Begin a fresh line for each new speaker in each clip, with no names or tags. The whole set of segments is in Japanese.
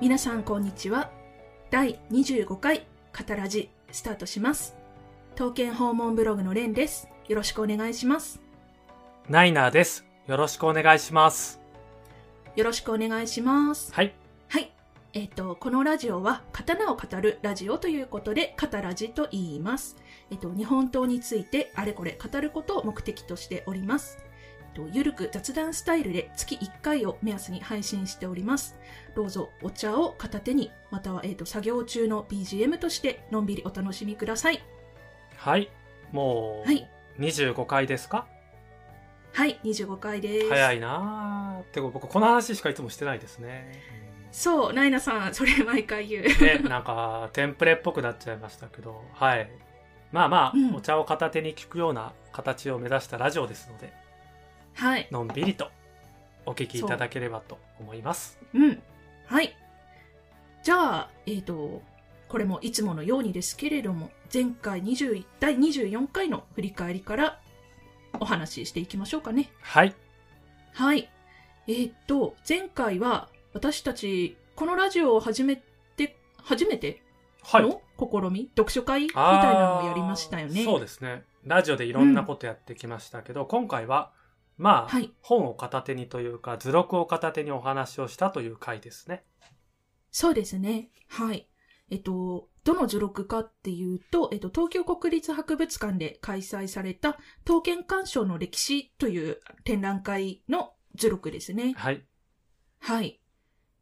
皆さんこんにちは。第25回、カタラジ、スタートします。刀剣訪問ブログのレンです。よろしくお願いします。
ナイナーです。よろしくお願いします。
よろしくお願いします。
はい。
はい。えっ、と、このラジオは、刀を語るラジオということで、カタラジと言います。えっ、と、日本刀についてあれこれ語ることを目的としております。えっとゆるく雑談スタイルで月1回を目安に配信しております。どうぞお茶を片手に、または、えっと作業中の BGM としてのんびりお楽しみください。
はい。も
は
う、
い。
25回ですか
はい、25回です。
早いなーってか、僕、この話しかいつもしてないです ね。
そう、ナイナさん、それ毎回言う。
ね、なんか、テンプレっぽくなっちゃいましたけど、はい。まあまあ、
うん
お茶を片手に聞くような形を目指したラジオですので、
はい。
のんびりとお聞きいただければと思います。
うん。はい。じゃあ、えっ、と、これもいつものようにですけれども、前回21第24回の振り返りからお話ししていきましょうかね。
はい。
はい。えーっと、前回は私たち、このラジオを始めて、初めて
はい。
の試み、読書会みたい
あー
なのをやりましたよね。
そうですね。ラジオでいろんなことやってきましたけど、今回は、まあ、
はい
本を片手にというか、図録を片手にお話をしたという回ですね。
そうですね。はい。えっと、どの図録かっていうと、えっと、東京国立博物館で開催された、刀剣鑑賞の歴史という展覧会の図録ですね。
はい。
はい。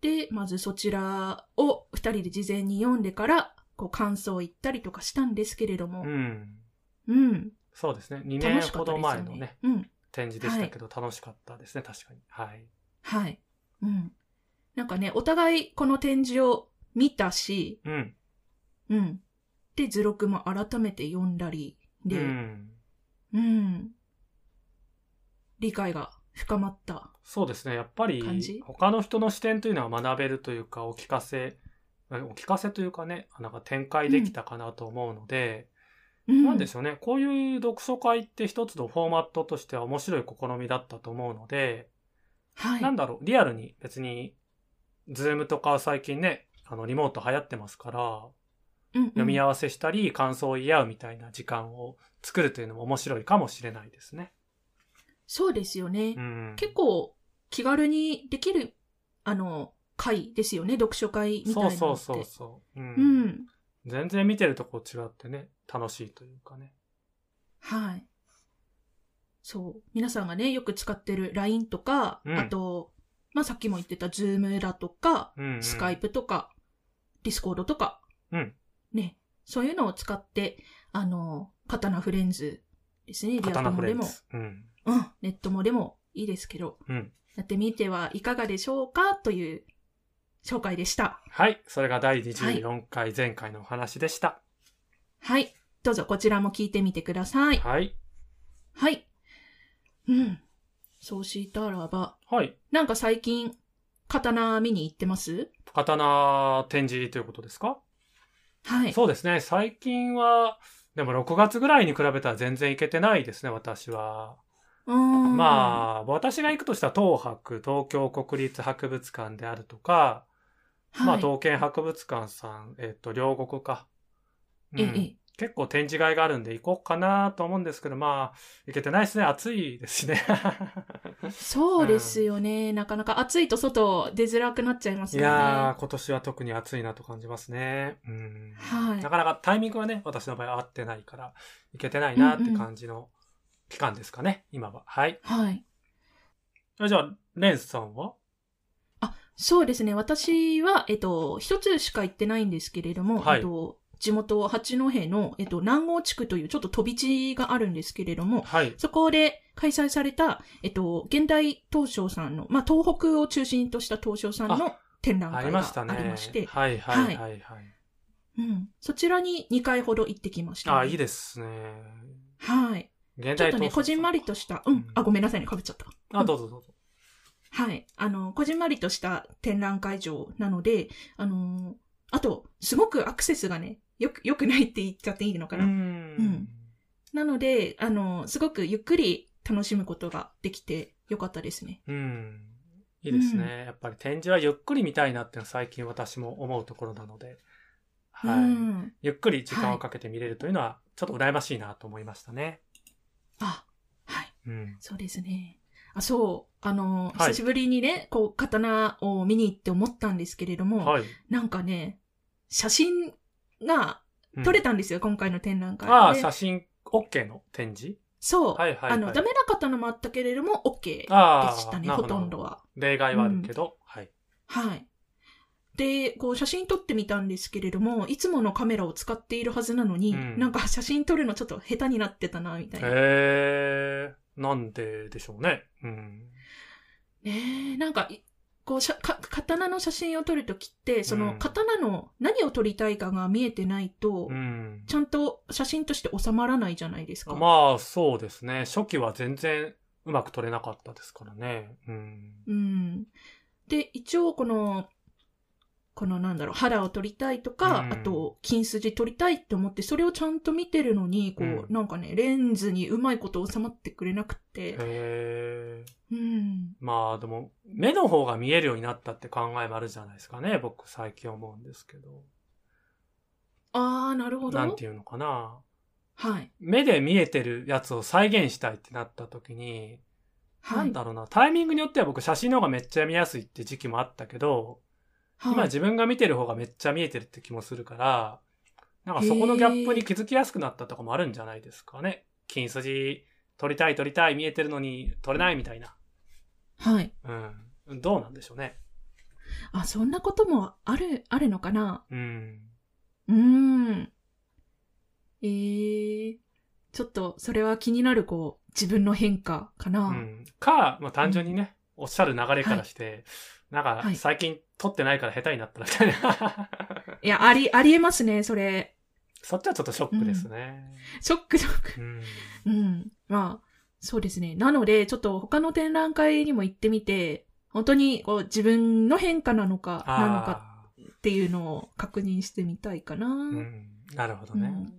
で、まずそちらを二人で事前に読んでから、こう感想を言ったりとかしたんですけれども、
うん。
うん。
そうですね。2年
楽しか
ほ
った
ど
ですよ
前のね、
ね。うん。
展示でしたけど、楽しかったですね、確かに。はい。
はい。うん。なんかね、お互いこの展示を見たし、
うん。
うん。で、図録も改めて読んだり、で、
うん。
うん。理解が深まった。
そうですね。やっぱ
感じ
り、他の人の視点というのは学べるというか、お聞かせ、お聞かせというかね、なんか展開できたかなと思うので、
うん、
なんでしょうね。こういう読書会って一つのフォーマットとしては面白い試みだったと思うので、
はい。
なんだろう、リアルに別に、ズームとか最近ね、あの、リモート流行ってますから、
うんうん
読み合わせしたり、感想を言い合うみたいな時間を作るというのも面白いかもしれないですね。
そうですよね、
うん。
結構気軽にできる、あの、会ですよね。読書会みたいな
そ
の
う
って。
そうそうそう。うん。
うん。
全然見てるとこ違ってね、楽しいというかね。
はい。そう。皆さんがね、よく使ってる LINE とか、
うん
あと、まあ、さっきも言ってた Zoom だとか、
うん、うん。
スカイプとか、Discord とか、
うん
ね、そういうのを使って、あの、刀フレンズですね。リア
刀
友
フ
で
レン
も
ズ。、うん。
うん、ネットもでもいいですけど、
うん
やってみてはいかがでしょうかという紹介でした。
はい。それが第24回前回のお話でした。
はい。どうぞこちらも聞いてみてください。
はい。
はい。うん。そうしたらば、
はい。
なんか最近、刀見に行ってます
刀展示ということですか、
はい。
そうですね。最近は、でも6月ぐらいに比べたら全然行けてないですね、私は。
うーん。
まあ、私が行くとしたら東博、東京国立博物館であるとか、
あ
まあ、刀剣博物館さん、えっ、と、両国か。うん
ええ、
結構展示会があるんで行こうかなと思うんですけど、まあ、行けてないですね。暑いですしね。
そうですよね。なかなか暑いと外出づらくなっちゃいます
い
よね。
やー、今年は特に暑いなと感じますね。うん。
はい
なかなかタイミングはね、私の場合は合ってないから、いけてないなって感じの期間ですかね、今は。はい。
はい。
じゃあ、レンスさんは
そうですね。私は、えっと、一つしか行ってないんですけれども、
は
え
い
っと、地元八戸の、えっと、南郷地区というちょっと飛び地があるんですけれども、
はい。
そこで開催された、えっと、現代東証さんの、まあ、東北を中心とした東証さんの展覧
あ
会
り
が
ましたね。
ありまして、
はいはいはいはい。
うん。そちらに2回ほど行ってきました、
あ、いいですね。
はい。
現代
ちょっとね、
東京
こじんまりとした、うん、
うん
あ、ごめんなさいね、かぶっちゃった。
あ、どうぞどうぞ。
はい。あの、こじんまりとした展覧会場なので、あのーあと、すごくアクセスがね、よく、良くないって言っちゃっていいのか
う
な。
ん。
なので、あのーすごくゆっくり楽しむことができてよかったですね。
うん。いいですね。やっぱり展示はゆっくり見たいなっていうのは最近私も思うところなので、はい。
うん
ゆっくり時間をかけて見れるというのは、ちょっと羨ましいなと思いましたね。
あ、はい。
うん。
そうですね。あ、そう。あの、
はい
久しぶりにね、こう、刀を見に行って思ったんですけれども、
はい。
なんかね、写真が
うん
撮れたんですよ、今回の展覧会で。
ああ、写真 OK の展示
そう、
はいはいはい
あの、ダメな方のもあったけれども、OK で
ああ、
したね、
なる
ほ
ど
とんど。は。
例外はあるけど、はい。
はい。で、こう、写真撮ってみたんですけれども、いつものカメラを使っているはずなのに、
うん
なんか写真撮るのちょっと下手になってたな、みたいな。
へえ、なんででしょうね。うん。
ねえ、なんかい、こうしゃか、刀の写真を撮るときって、そうの
ん
刀の何を撮りたいかが見えてないと、
うん。
ちゃんと写真として収まらないじゃないですか。
まあ、そうですね。初期は全然うまく撮れなかったですからね。うん。
うん。で、一応この、このなんだろう、腹を取りたいとか、
うん
あと、金筋取りたいって思って、それをちゃんと見てるのに、こう、
うん
なんかね、レンズにうまいこと収まってくれなくて、
へえ。
うん。
まあでも、目の方が見えるようになったって考えもあるじゃないですかね。僕最近思うんですけど。
あー、なるほど。
なんていうのかな。
はい。
目で見えてるやつを再現したいってなった時に、
はい。
なんだろうな。タイミングによっては僕写真の方がめっちゃ見やすいって時期もあったけど、
はい
今自分が見てる方がめっちゃ見えてるって気もするから、なんかそこのギャップに気づきやすくなったとかもあるんじゃないですかね。金筋、取りたい取りたい見えてるのに取れないみたいな。
はい。
うん。どうなんでしょうね。
あ、そんなこともある、あるのかな
うん。
うーん。えー。ちょっと、それは気になる、こう、自分の変化かな。
うん、か、まあ単純にね、おっしゃる流れからして、なん
は
か
い
最近撮ってないから下手になったみたいな。
いや、あり、ありえますね、それ。
そっちはちょっとショックですね。
ショック、ショック。
うん。
うん。まあ、そうですね。なので、ちょっと他の展覧会にも行ってみて、本当にこう自分の変化なのか、なのか
あ
っていうのを確認してみたいかな。
あ、うん。なるほどね。
ん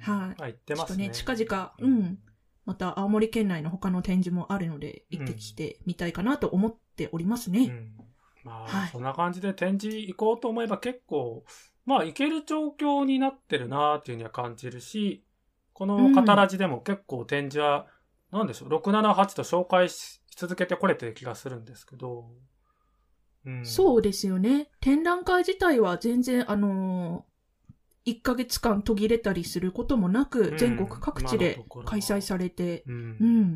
はい
まあ言っ
ち
て
ょ
ま
っと
すね。
ね、近々、うん。また青森県内の他の展示もあるので、行ってきてみたいかなと思っております
う
ね。
んまあ、
はい
そんな感じで展示行こうと思えば結構、まあ行ける状況になってるなっていうには感じるし、こ
う
の
ん
カタラジでも結構展示は、なんでしょう、678と紹介し続けてこれてる気がするんですけど、うん、
そうですよね。展覧会自体は全然、あのー、1ヶ月間途切れたりすることもなく、
うん
全国各地
今の
で
ところは
開催されて、
うん
うん。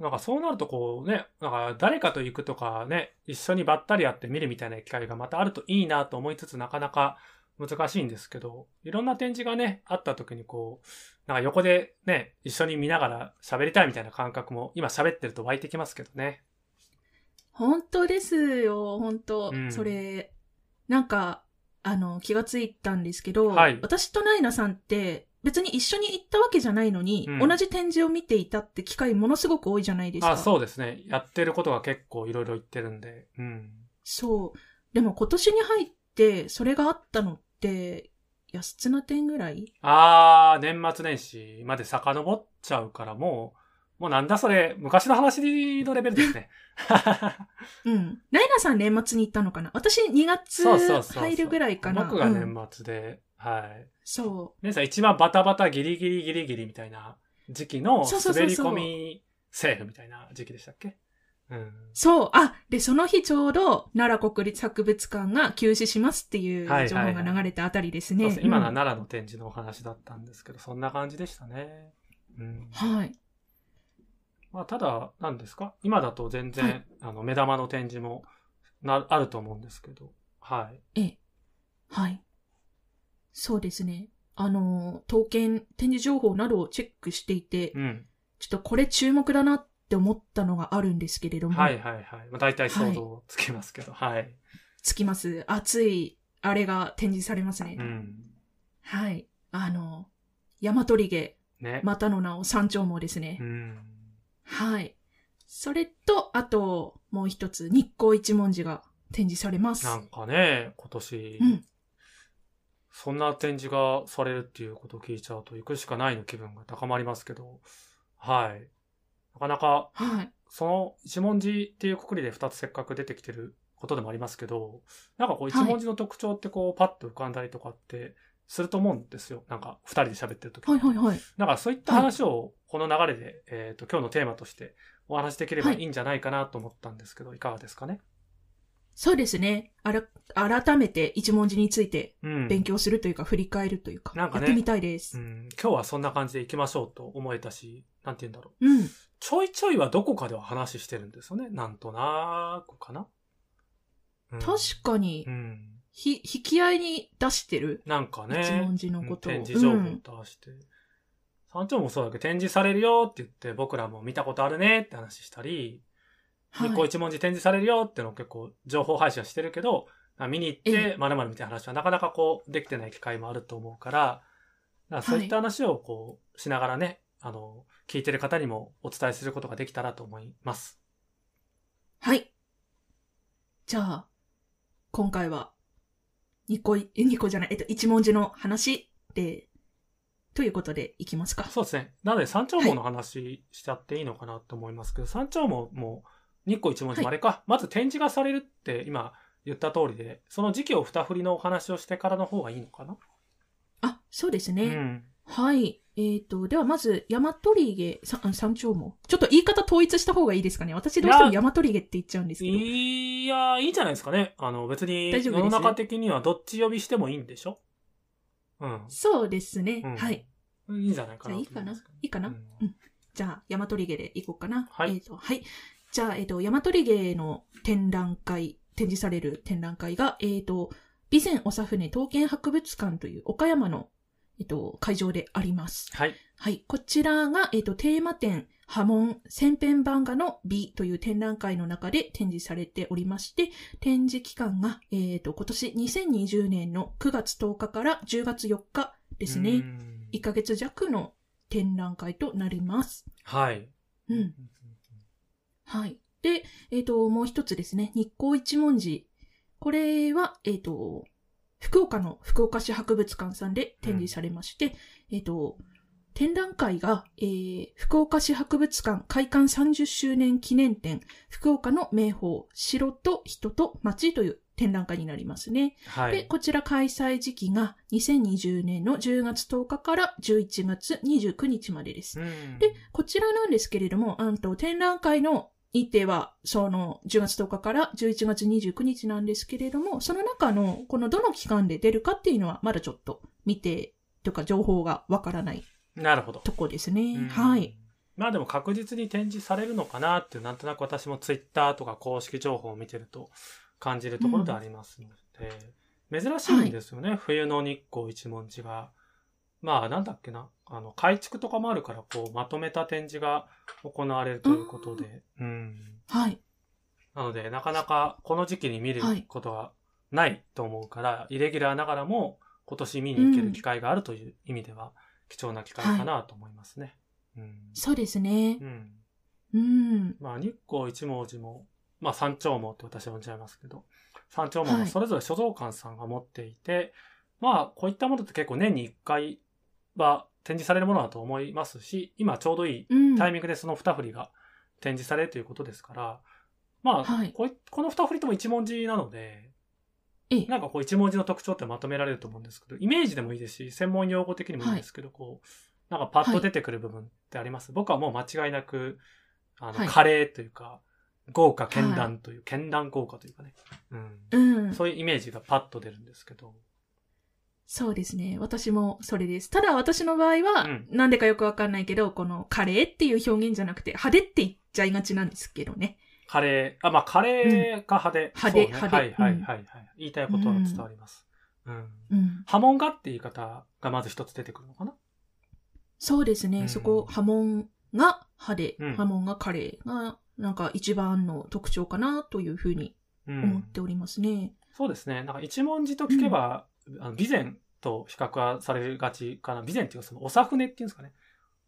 なんかそうなるとこうね、なんか誰かと行くとかね、一緒にばったりやって見るみたいな機会がまたあるといいなと思いつつなかなか難しいんですけど、いろんな展示がね、あった時にこう、なんか横でね、一緒に見ながら喋りたいみたいな感覚も今喋ってると湧いてきますけどね。
本当ですよ、本当。
うん
それ、なんか、あの、気がついたんですけど、
はい
私とナイナさんって、別に一緒に行ったわけじゃないのに、
うん
同じ展示を見ていたって機会ものすごく多いじゃないですか。
あ、そうですね。やってることが結構いろいろ言ってるんで。うん。
そう。でも今年に入って、それがあったのって、安綱店ぐらい
あー、年末年始まで遡っちゃうからもう、もうなんだそれ、昔の話のレベ ルですね。
うん。ナイナさん年末に行ったのかな私2月
そうそうそうそう
入るぐらいかな。
僕が
うん
年末で、はい。
そ
姉さん一番バタバタギリギリギリギリみたいな時期の
そうそうそ
滑
う
り
そう
込みセーフみたいな時期でしたっけうん。
う。そう。あ、で、その日ちょうど、奈良国立博物館が休止しますっていう
はいはいはい
情報が流れたあたりです
そう
ね。
ですね。今のは
うん
奈良の展示のお話だったんですけど、そんな感じでしたね。うん。
はい。
まあ、ただ、何ですか今だと全然、
はい
あの、目玉の展示もな、あると思うんですけど。はい。
ええ。はい。そうですね。あの、刀剣、展示情報などをチェックしていて、
うん。
ちょっとこれ注目だなって思ったのがあるんですけれども、
はいはいはい。まあ、大体想像つきますけど、はい。
つきます。熱い、あれが展示されますね。
うん。
はい。あの、大和リゲ、
ね。
またの名を山頂網ですね。
うん。
はい。それと、あと、もう一つ、日光一文字が展示されます。
なんかね、今年、
うん
そんな展示がされるっていうことを聞いちゃうと、行くしかないの気分が高まりますけど、はい。なかなか
はい。
その一文字っていうくくりで2つせっかく出てきてることでもありますけど、なんかこう一
はい
文字の特徴ってこうパッと浮かんだりとかってすると思うんですよ。なんか2人で喋ってる時
はいはいはい。
だからそういった話をこの流れで、えっ、と、今日のテーマとしてお話しできれば
はい
いいんじゃないかなと思ったんですけど、いかがですかね。
そうですね。あら、改めて一文字について
うん。
勉強するというか、振り返るというか、
なんかね
やってみたいです。
う
うん。
ん、今日はそんな感じでいきましょうと思えたし、なんて言うんだろう。ちょいちょいはどこかでは話してるんですよね。なんとなくかな。うん、
確かに、
うん。
ひ、引き合いに出してる、
なんかね。
一文字のことを。
うん展示情
う
報
ん
として。山頂もそうだけど、展示されるよって言って、僕らも見たことあるねって話したり、
はい
日光一文字展示されるよってのを結構情報配信はしてるけど、あ見に行っ
え
てまるみたいな話はなかなかこうできてない機会もあると思うから、だからそういった話をこうしながらね、あの、聞いてる方にもお伝えすることができたらと思います。
はい。じゃあ、今回は、2個い、え二個じゃない、えっと、一文字の話で、ということでいきますか。
そうですね。なので、山頂網の話しちゃっていいのかなと思いますけど、山頂網も日光一文字もあれか、まず展示がされるって今言った通りで、その時期を二振りのお話をしてからの方がいいのかな、
あ、そうです
う
ね。
ん。
はい。えっ、と、ではまず、大和ゲさあ山頂も。ちょっと言い方統一した方がいいですかね。私どうしても
い
大和ゲって言っちゃうんですけど。
いや、いいんじゃないですかね。あの、別に、
大丈
世
夫です
の中的にはどっち呼びしてもいいんでしょうん。
そうですね。
うん
はい。。
いいんじゃないか
じ
な
ゃあいいか
と思うん
な
ですけど。
いいかな、
うん
じゃあ、大和ゲで行こうかな。
はい
えっ、と、はい。じゃあ、えっ、と、大和ゲの展覧会、展示される展覧会が、えっ、と、備前長船刀剣博物館という岡山の、えっ、と、会場であります。
はい。
はい。こちらが、えっ、と、テーマ展、波紋、千編版画の美という展覧会の中で展示されておりまして、展示期間が、えっ、と、今年2020年の9月10日から10月4日です
う
ね。
ん
1ヶ月弱の展覧会となります。
はい。
うん。はい。で、えっ、と、もう一つですね。日光一文字。これは、えっ、と、福岡の福岡市博物館さんで展示されまして、えっ、と、展覧会が、えー福岡市博物館開館30周年記念展、福岡の名宝、城と人と町という展覧会になりますね。
は
で、
い。
こちら開催時期が2020年の10月10日から11月29日までです。
うん
で、こちらなんですけれども、うんと、展覧会の日程は、その、10月10日から11月29日なんですけれども、その中の、このどの期間で出るかっていうのは、まだちょっと見て、とか情報がわからない
なるほど。
とこですね。
うん
はい。。
まあでも確実に展示されるのかなっていう、なんとなく私もツイッターとか公式情報を見てると感じるところでありますので、珍しいんですよね、冬の日光一文字が。まあなんだっけな、あの、改築とかもあるから、こう、まとめた展示が行われるということで、うん。
はい。
なので、なかなかこの時期に見る
はい
ことはないと思うから、イレギュラーながらも今年見に行ける機会があるという意味では、貴重な機会かなと思いますね。うん
そうですね。
うん。
うん。
まあ、日光一文字も、まあ、山頂網って私は呼んじゃいますけど、山頂網
は
も
い
それぞれ所蔵館さんが持っていて、まあ、こういったものって結構年に1回は展示されるものだと思いますし、今ちょうどいい
うん。
タイミングでその二振りが展示されるということですから、まあ、
はい
こいこの二振りとも一文字なので、
ええ
なんかこう一文字の特徴ってまとめられると思うんですけど、イメージでもいいですし、専門用語的にもいいんですけど、こう、なんかパッと出てくる部分ってあります。僕はもう間違いなく、あの、
はい
カレーというか、豪華絢爛という、絢爛豪華というかね、う
うん
ん。。そういうイメージがパッと出るんですけど、
そうですね。私もそれです。ただ私の場合は
うん、
な、んでかよくわかんないけど、このカレーっていう表現じゃなくて、派手って言っちゃいがちなんですけどね。
カレー、あ、まあカレーか派手。
派手
そうね
派手
はいはいは
う
い
ん
はい。言いたいことは伝わります。うん
うん。
波紋がって言い方がまず一つ出てくるのかな
そうですね。
うん
そこ、波紋が派手、
うん
波紋がカレーが、なんか一番の特徴かなというふうに
う
思っておりますね。
そうですね。なんか一文字と聞けば、あの備前と比較はされがちかな。備前っていうかそのおさふねっていうんですかね。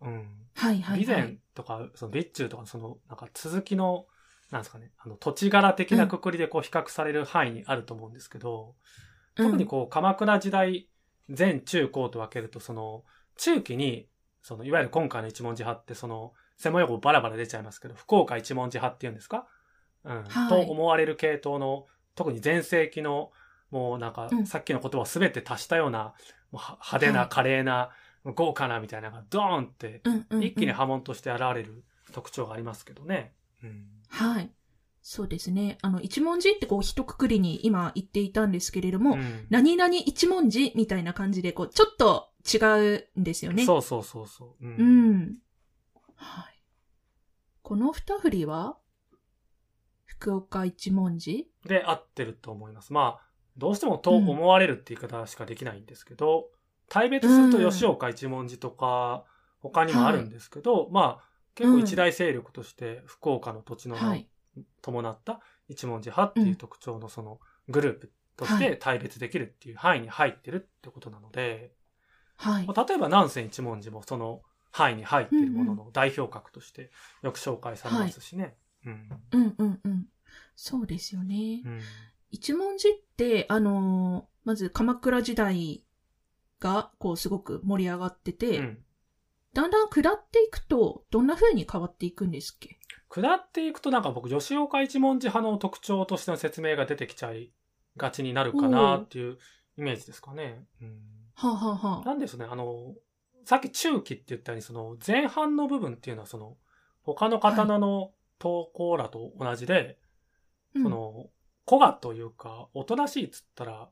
うん。
はいはい、はい。
備前とか、その備中とかのその、なんか続きの、なんですかね、あの土地柄的なくくりでこう比較される範囲にあると思うんですけど、特にこう鎌倉時代、前中高と分けると、その中期に、そのいわゆる今回の一文字派って、その専門用語バラバラ出ちゃいますけど、福岡一文字派っていうんですかうん。
はい
と思われる系統の、特に前世紀の、もうなんか
う、ん
さっきの言葉を全て足したような、もうは派手な、華麗な、豪華なみたいなのが、ドーンって、
うんうんうん
一気に波紋として現れる特徴がありますけどね。うん。
はい。そうですね。あの、一文字ってこう、一括りに今言っていたんですけれども、
うん
何々一文字みたいな感じで、こう、ちょっと違うんですよね。
そうそうそうそう。う
う。ん。はい。この二振りは、福岡一文字
で、合ってると思います。まあ、どうしてもと思われるって言い方しかできないんですけど、対別すると吉岡一文字とか、他にもあるんですけど、まあ、結構一大勢力として、福岡の土地の
はい。
伴った一文字派っていう特徴のそのグループとして対別できるっていう範囲に入ってるってことなので、
はい。
まあ例えば南線一文字もその範囲に入ってるものの代表格としてよく紹介されますしね。うん
うんうんうん。そうですよね。
うん
一文字って、あのーまず鎌倉時代が、こう、すごく盛り上がってて、
うん
だんだん下っていくと、どんな風に変わっていくんですっけ
下っていくとなんか僕、吉岡一文字派の特徴としての説明が出てきちゃいがちになるかなっていうイメージですかね。うん、
はあ、はあはあ、
なんですね、あの、さっき中期って言ったように、その前半の部分っていうのはその、他の刀の投稿らと同じで、
うん
そ、の、古賀というか、おとなしいっつったら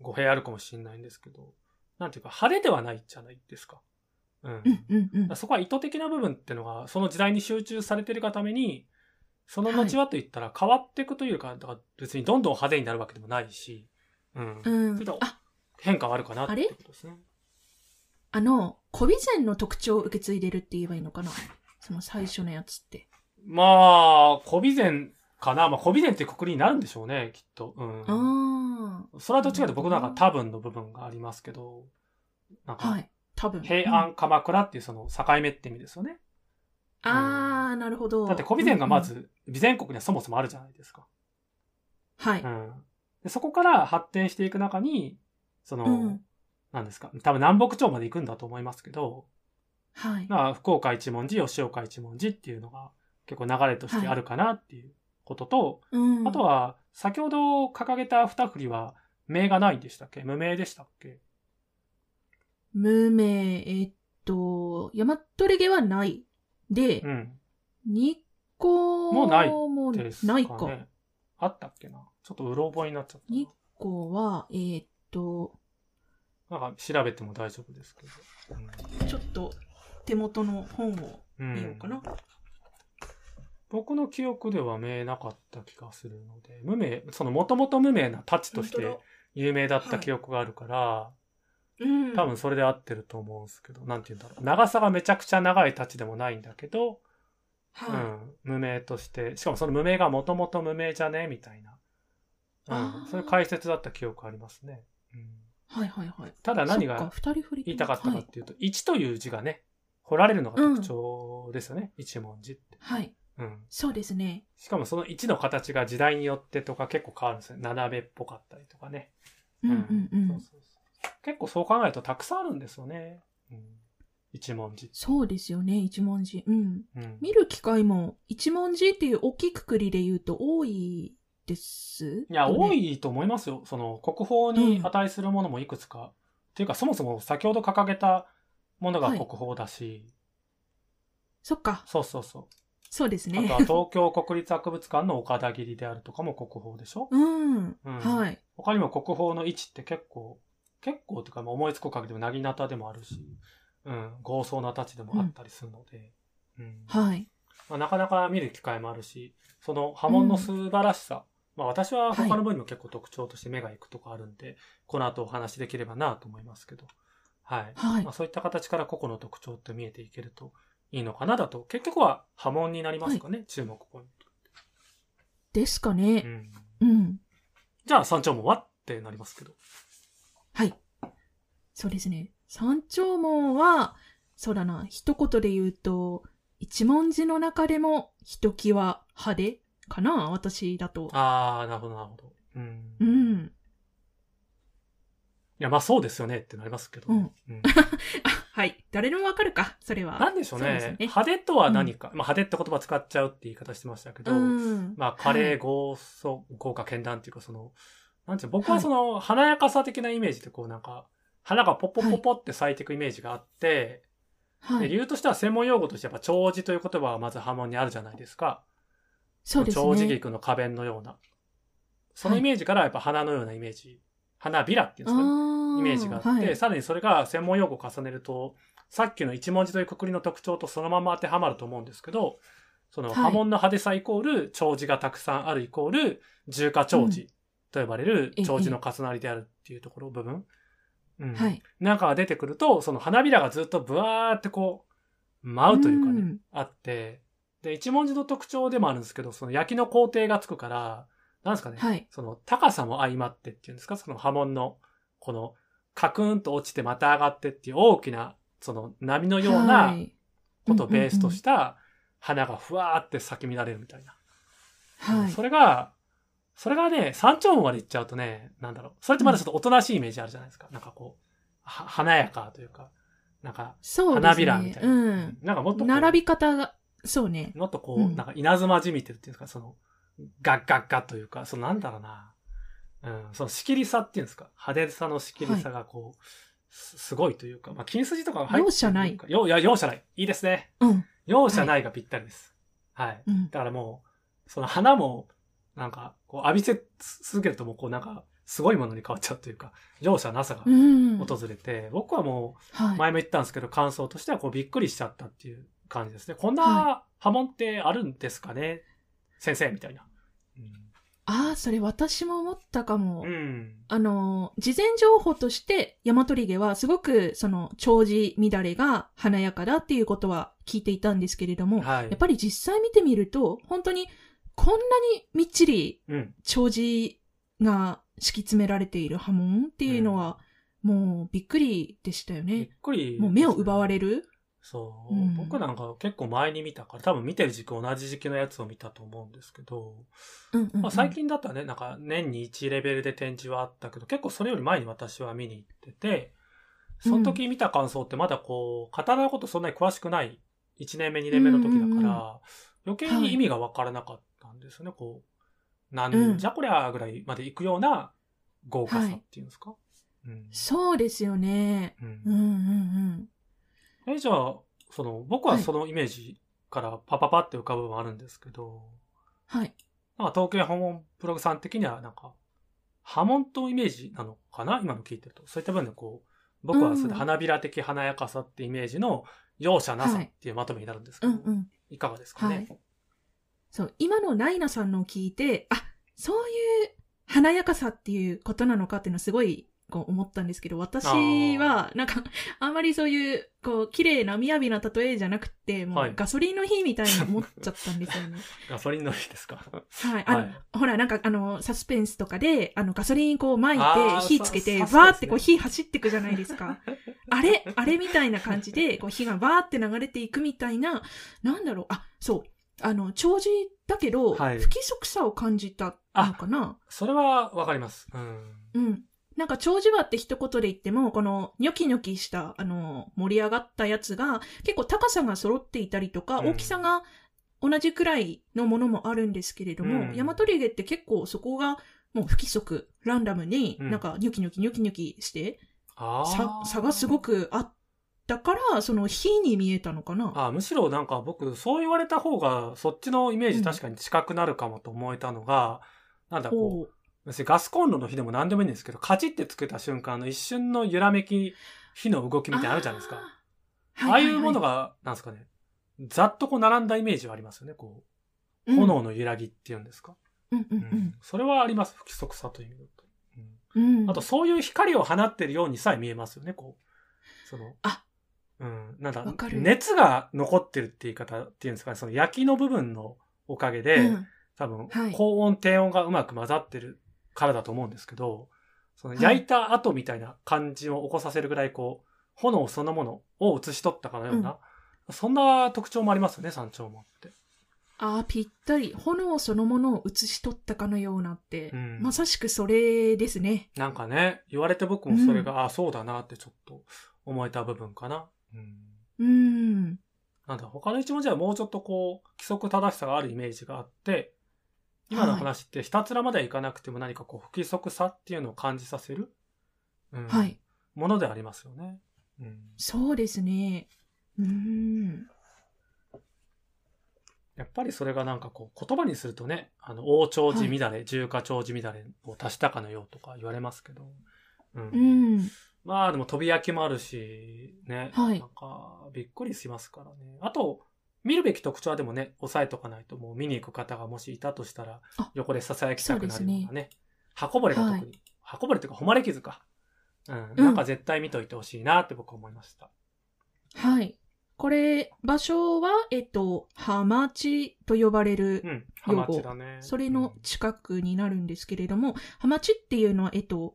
語弊あるかもしれないんですけど、なんていうか派手ではないじゃないですか。うん
うんうんうん
だから。そこは意図的な部分っていうのが、その時代に集中されてるがために、その後はといったら変わっていくというか、だから別にどんどん派手になるわけでもないし、うん。
うん
ちょっと
あ、
変化はあるかなっ
あれ
てことですね。
あの、古備前の特徴を受け継いでるって言えばいいのかなその最初のやつって。
まあ、小備前かな。まあ、小備前っていうくくりになるんでしょうね、きっと。うん。
あ
それはどっちかというと僕なんか多分の部分がありますけど、なん
あ。は
か、
い。多分。
平安鎌倉っていうその境目って意味ですよね。
うん。ああ、なるほど。
だって小備前がま
うんうん
ず、備前国にはそもそもあるじゃないですか。
はい。
うんでそこから発展していく中に、その、
うん
なんですか、多分南北朝まで行くんだと思いますけど、
はい。
まあ福岡一文字、吉岡一文字っていうのが結構流れとしてあるかなっていうことと、
うん。
あとは先ほど掲げた二振りは名がないんでしたっけ無名でしたっけ
無名、えっと、ヤマトレゲはない。で
う、ん。
日光
もうない
も
です
ない
か
か。
ね。あったっけなちょっとうろ覚えになっちゃった
日光は、えっと、
な。なんか調べても大丈夫ですけど。
ちょっと手元の本を
うん
見ようかな。
僕の記憶では名なかった気がするので、無名、その元々無名な太刀と
本
し
当
て
だ
有名だった記憶があるから、
うん。
多分それで合ってると思うんですけど、なんて言うんだろう。長さがめちゃくちゃ長い太刀でもないんだけど、う
は
ん、無名として、しかもその無名が元々無名じゃねみたいな。う
あー
ん、そういう解説だった記憶ありますね。うん、
い。はいはいはい。
ただ何が
そっか二人振り
言いたかったか
は
っ
い
ていうと、一という字がね、掘られるのが特徴ですよね。一文字って。
はい。
うん。
そうですね。
しかもその1の形が時代によってとか結構変わるんですよ。斜めっぽかったりとかね。
うんうんう。
そうんそうそう結構そう考えるとたくさんあるんですよね。うん、一文字。
そうですよね、一文字。うん。
うん、
見
い
る機会も、一文字っていう大きくくりで言うと多いです、
や、
よね
多。いと思いますよ。その国宝に値するものもいくつか。っていうかそもそも先ほど掲げたものが
はい
国宝だし、
そっか、
そうそうそう。
そうです
あと
ね
は。東京国立博物館の岡田切であるとかも国宝でしょ、
うん、
うん
はい。
他にも国宝の位置って結構、結構というか、まあ思いつく限りでも、なぎなたでもあるし、うん、豪壮な太刀でもあったりするので、うん
はい。
まあ、なかなか見る機会もあるし、その波紋の素晴らしさ、まあ私は他の分にも結構特徴として目が行くとかあるんで、この後お話しできればなと思いますけど、はい。
はい
まあ、。そういった形から個々の特徴って見えていけるといいのかなだと、結局は波紋になりますかね、注目ポイン
ですか
ト。う
ね。
ん、
うん。
じゃあ山頂門はってなりますけど。
はい。そうですね。山頂門は、そうだな、一言で言うと、一文字の中でも、ひときわ派手かな、私だと。
あー、なるほど、なるほど。うん
うん。
や、まあそうですよねってなりますけど。
うん
うん
あ、はい。誰でもわかるか、それは。
なんでしょう
そう
ね
ですね
派手とは何か。まあ派手って言葉使っちゃうって言い方してましたけど、
うん。
まあ、華麗、豪壮、豪華、絢爛っていうか、その、なんていうの僕はその、華やかさ的なイメージで、こうなんか、花がポッポッポッポって咲いていくイメージがあって、
はい。は
で
い。
理由としては専門用語としてやっぱ、長寿という言葉がまず波紋にあるじゃないですか。
そうです
長寿
ね。
菊の花弁のような。そのイメージからやっぱ花のようなイメージ、花びらっていうんですかね。イ
イ
メージがあって、
はい、
さらにそれが専門用語を重ねると、さっきの一文字というくくりの特徴とそのまま当てはまると思うんですけど、その
はい
波紋の派手さイコール、長寿がたくさんあるイコール、重華長寿と呼ばれる
ええ
長寿の重なりであるっていうところ、部分。うん。
はい。
中が出てくると、その花びらがずっとブワーってこう、舞うというかね、
うん
あって、で、一文字の特徴でもあるんですけど、その焼きの工程がつくから、なんですかね、
はい。
その高さも相まってっていうんですか、その波紋の、この、カクンと落ちてまた上がってっていう大きな、その波のよう
は、
ないことをベースとしてた、花がふわーって咲き乱れるみたいな。
うんうんうんはい。
それが、それがね、山頂部まで行っちゃうとね、なんだろう。それってまだちょっとおとなしいイメージあるじゃないですか。なんかこう、は華やかというか、なんか、
そうですね。
花びらみたいな。
うん。
なんかもっとこう
並び方が、そうね。
もっとこう、
うん
なんか稲妻じみてるっていうんですか、その、ガッガッガッというか、そのなんだろうな、うん、その仕切りさっていうんですか、派手さの仕切りさがこう、すすごいというか、まあ、金筋とかが入ってる
容赦ない。
よいや、容赦ない。いいですね。
うん。
容赦ないがぴったりです。はい。
うん。
だからもう、その花も、なんか、こう浴びせ続けるともうこうなんか、すごいものに変わっちゃうというか、容赦なさが
うん。
訪れて、僕はもう、
はい。
前も言ったんですけど、感想としてはこうびっくりしちゃったっていう感じですね。こん
は
な波紋ってあるんですかね、先生みたいな。
ああ、それ私も思ったかも。
うん。
あの、事前情報として、大和ゲはすごく、その、長寿乱れが華やかだっていうことは聞いていたんですけれども、
は
や
い。
っぱり実際見てみると、本当に、こんなにみっちり
うん。
長寿が敷き詰められている波紋っていうのは、もうびっくりでしたよ
びっ
ね。
くり、
もう目を奪われる。
そう、
うん
僕なんか結構前に見たから、多分見てる時期同じ時期のやつを見たと思うんですけど、
うんうんうん
まあ、最近だったらね、なんか年に1レベルで展示はあったけど、結構それより前に私は見に行ってて、その時見た感想ってまだこう、刀のことそんなに詳しくない、1年目、2年目の時だ
うんう
か
んうん
ら、余計に意味がわからなかったんですよね、こう、な
うんん
じゃこりゃぐらいまで行くような豪華さっていうんですか。うん。
そうですよね。
う
うん
ん
うんうん。
え、じゃあ、その、僕はそのイメージからパパパって浮かぶのもあるんですけど、
はい。
なんか東京訪問ブログさん的には、なんか、波紋とイメージなのかな今の聞いてると。そういった分でこう、僕はそれ
うん
花びら的華やかさってイメージの容赦なさ
はい
っていうまとめになるんですけ
うん
ど、
うん。
いかがですかね、
そう、今のライナさんのを聞いて、あ、そういう華やかさっていうことなのかっていうのはすごい、こう思ったんですけど、私は、なんか、あんまりそういう、こう、綺麗な雅な例えじゃなくて、も
は
う
い
ガソリンの火みたいに思っちゃったんですよ ね。
ガソリンの日ですか
はい。 あの、
はい
ほら、なんか、あの、サスペンスとかで、あの、ガソリンこう巻いて
あー、
火つけて、
サ
バ
サスペンスね
ーってこう火走ってくじゃないです か。あれ、あれみたいな感じで、こう火がバーって流れていくみたいな、なんだろう、あ、そう。あの、長寿だけど、
はい
不規則さを感じたのかな
それはわかります。うん。
うん。なんか長寿話って一言で言っても、このニョキニョキした、あの、盛り上がったやつが、結構高さが揃っていたりとか、
うん
大きさが同じくらいのものもあるんですけれども、
うん
ヤマトリゲって結構そこがもう不規則、ランダムに、
うん
なんかニョキニョキニョキニョキして、
あ
さ
あ。
差がすごくあったから、その火に見えたのかな。
あむしろなんか僕、そう言われた方が、そっちのイメージ確かに近くなるかもと思えたのが、なんだこう、
おう
別にガスコンロの火でも何でもいいんですけど、カチってつけた瞬間の一瞬の揺らめき、火の動きみたいなのあるじゃないですか。あ
ー
あ
はいは
うもの
が、
が、なんですかね、ざっとこう並んだイメージはありますよね。こう、
うん
炎の揺らぎっていうんですか。
うんう
うんそれはあります。不規則さという意味だと。
うん。
う
うん
んあと、そういう光を放ってるようにさえ見えますよね、こう。その、
あ
うん、なんだ
わか、る
熱が残ってるっていう言い方っていうんですかね、その焼きの部分のおかげで、
うん
多分、
はい
高温低温がうまく混ざってるからだと思うんですけど、その
はい
焼いた後みたいな感じを起こさせるぐらい、こう、炎そのものを映し取ったかのような、そんな特徴もありますよね、山頂もって。
ああ、ぴったり。炎そのものを写し取ったかのようなって、
うん
まさしくそれですね。
なんかね、言われて僕もそれが、あ、そうだなってちょっと思えた部分かな。うん。
うん。
なんだ、他の一文字はもうちょっとこう、規則正しさがあるイメージがあって、今の話ってひたつらまではいかなくても何かこう、不規則さっていうのを感じさせる、うん、
はい。はい。
ものでありますよね。うん。
そうですね。うん。
やっぱりそれがなんかこう、言葉にするとね、あの、王長寺乱れ、中華長寺乱れを足したかのようとか言われますけど、うん
うん。
まあでも、飛び焼きもあるし、ね。
はい
なんか、びっくりしますからね。あと、見るべき特徴はでもね、押さえとかないと、もう見に行く方がもしいたとしたら
あ、
横で囁きたくなるよう
そう
な
です
ね。箱ぼれが特に。
は
箱ぼれというか、誉れ傷か。うん。
うん
なんか絶対見といてほしいなって僕は思いました。
はい。これ、場所は、えっと、ハマチと呼ばれる
うん。ハ
用語
マチだね。
それの近くになるんですけれども、ハマチっていうのは、えっと、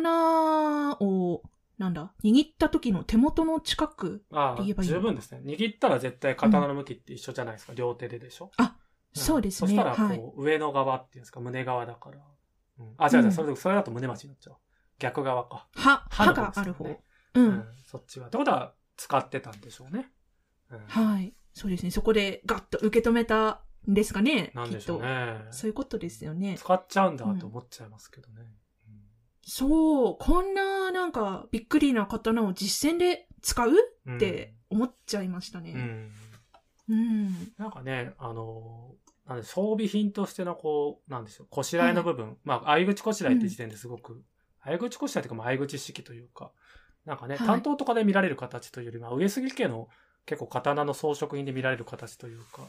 刀を、なんだ、握った時の手元の近く。
うん、あ
って言え
あ、
ばいいの
十分ですね。握ったら絶対刀の向きって一緒じゃないですか。両手ででしょ。ん
そうです
そし
ね。
たら、こう、
はい。
上の側っていうんですか、胸側だから。うん、あ、違う違う、
うん
それ、それだと胸町になっちゃう。逆側か。
歯、歯
の方
が
です
あ
よ
る方。
ね
う
うんん。、そっちは。ってことは、使ってたんでしょうね。うん、
はい。そうですね。そこでガッと受け止めたんですかね。
なんでし
き
ょ
っ
う
と。
ね。
そういうことですよね。
使っちゃうんだと思っちゃいますけどね。
そう、こんななんかびっくりな刀を実戦で使うっ
うん
て、思っちゃいました
うんう
ね。
ん
うん。
なんかね、あのーなんで装備品としてのこう、なんでしょう、こしらえの部分。まあ、相口こしらえって時点ですごく、相口こしらえというか、まあ、相口式というか、なんかね、
はい
担当とかで見られる形というよりも、上杉家の結構刀の装飾品で見られる形というか、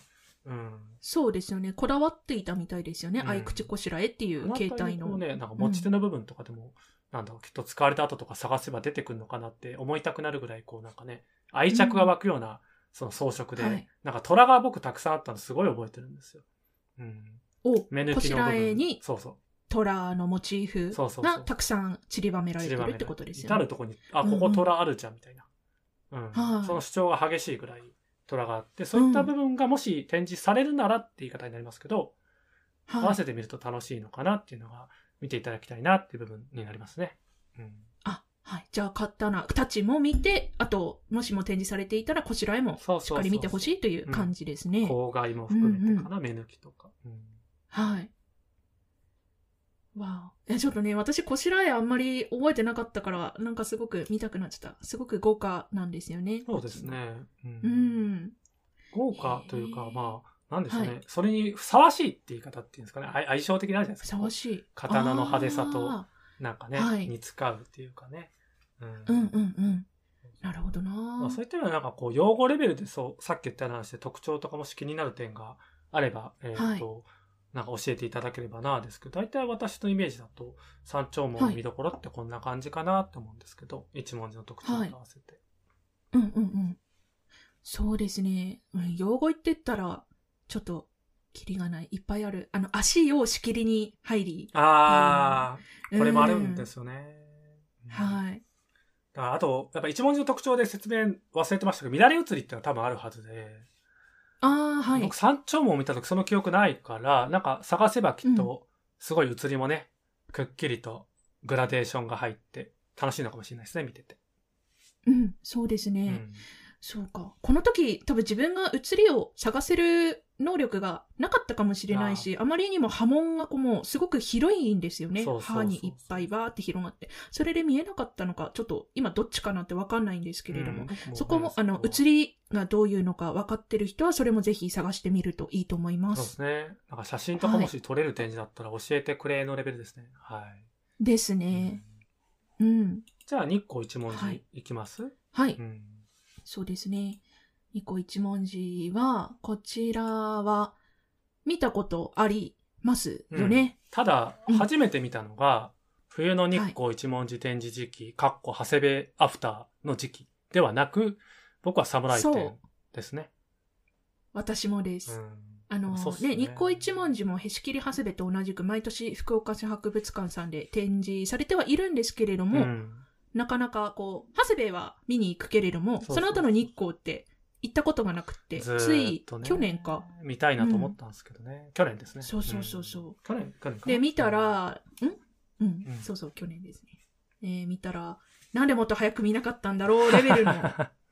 うん。
そうですよね。こだわっていたみたいですよね。
うん
合い口こしらえっていう形態
こ
の。
うね、なんか持ち手の部分とかでも、なんだろう、きっと使われた後とか探せば出てくるのかなって思いたくなるぐらい、こうなんかね、愛着が湧くような、その装飾で、
はい
なんか虎が僕たくさんあったのすごい覚えてるんですよ。うん。
を
目抜
こ
き
し
の部
らえ
分。
に
そうそ
虎のモチーフ
そうそうそ
が
う
たくさん散りばめ
う。
られてるってことです
至
よね
る。とこに、あ、ここ虎あるじゃん、みたいな。うん。
はい
その主張が激しいぐらい虎があって、そういった部分がもし展示されるならって言い方になりますけど、合
は
わ
い、
せてみると楽しいのかなっていうのが、見ていただきたいなっていう部分になりますね。うん。
あ、はい。じゃあ、刀たちも見て、あと、もしも展示されていたら、こしらえも
そう
しっ
そうそう
かり見てほしいという感じですね。
公害も含めてかな、目抜きとか。うん
はい。わあ。え、ちょっとね、私、こしらえあんまり覚えてなかったから、なんかすごく見たくなっちゃった。すごく豪華なんですよね。
そうです。ね。う
うんん。
豪華という
へ
か、
ー
まあ、なんでしょうね、
はい
それにふさわしいって言い方っていうんですかね。あい相性的なんじゃないで
ふ
すか
さ。わしい。
刀の派手さと
あ
なんかね、
はい
に使うっていうかね。うん
ーうんうんうん。なるほどな
まあ、そういったような、なんかこう、用語レベルで、そう、さっき言ったような話で特徴とかもし気になる点があれば、えっ、と、なんか教えていただければな、ですけど、大体私のイメージだと、山頂門の見どころってこんな感じかなって思うんですけど、一文字の特徴と合わせて。
うんうんうん。そうですね。うん用語言ってったら、ちょっと、キリがない。いっぱいある。あの、足をしきりに入り。
ああ、これもあるんですよね。う
うん。
ん
はい。
だからあと、やっぱ一文字の特徴で説明忘れてましたけど、乱れ移りってのは多分あるはずで、
ああ、はい
僕。山頂門を見た時その記憶ないから、なんか探せばきっと、すごい移りもね、くっきりとグラデーションが入って、楽しいのかもしれないですね、見てて。
うん、そうですね。
うん
そうか。この時、多分自分が写りを探せる能力がなかったかもしれないし、あまりにも波紋がこうもうすごく広いんですよね。
そうそうそう
歯にいっぱいバーって広がって。それで見えなかったのか、ちょっと今どっちかなってわかんないんですけれども。
うん僕ね
そこも、あの、写りがどういうのか分かってる人は、それもぜひ探してみるといいと思いま
そうです
す。
ね。なんか写真とかもし撮れる展示だったら教えてくれのレベルですね。はい。
です
う
ね。
ん
うん。
じゃあ、日光一文
はい
字いきます、
はい。
うん
そうですね。二個一文字は、こちらは、見たことありますよね。
ただ
うん、
初めて見たのが、冬の日光一文字展示時期、かっこ長谷部アフターの時期ではなく、僕は侍
そう
展ですね。
私もで
う
す。
ん
あの
そうっす
ね
ね
日光一文字もへし切り長谷部と同じく毎年福岡市博物館さんで展示されてはいるんですけれども、
うん
なかなかこう長谷部は見に行くけれども
そう
そ
そう
の後の日光って行ったことがなくって、
ずーっ
つい
とね
去年か。
見たいなと思ったんですけどね。去年ですね。
そうそうそうそう
うん去年、去年かな
で、見た、ら、んうん、
うん
そうそう、去年ですね。えー見たら、なんでもっと早く見なかったんだろうレベル の、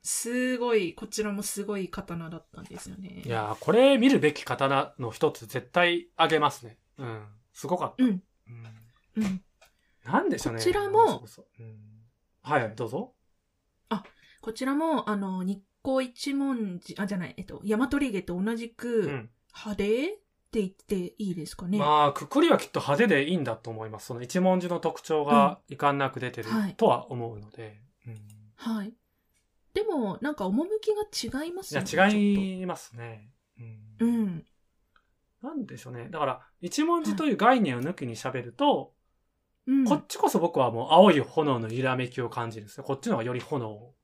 すごい、こちらもすごい刀だったんですよね。
いやー、これ見るべき刀の一つ絶対あげますね。うん。すごかった。
うん
うん
うん。
なんでしょうね。
こちらも
そうそうそううんはいはい、どうぞ。
こちらも、あの、日光一文字、あ、じゃない、えっと、大和リゲと同じ
う
く、
ん。
派手って言っていいですかね。
まあ、くくりはきっと派手でいいんだと思います。その一文字の特徴が遺憾なく出てる
はい
とは思うので。うん
はい。でも、なんか、趣が違います
い
よ
や、
ね。
違いますね。うん
ちょっと。うん。
なんでしょうね。だから、一文字という概念を抜きに喋ると、
うん。
こっちこそ僕はもう青い炎の揺らめきを感じるんですね。こっちの方がより炎を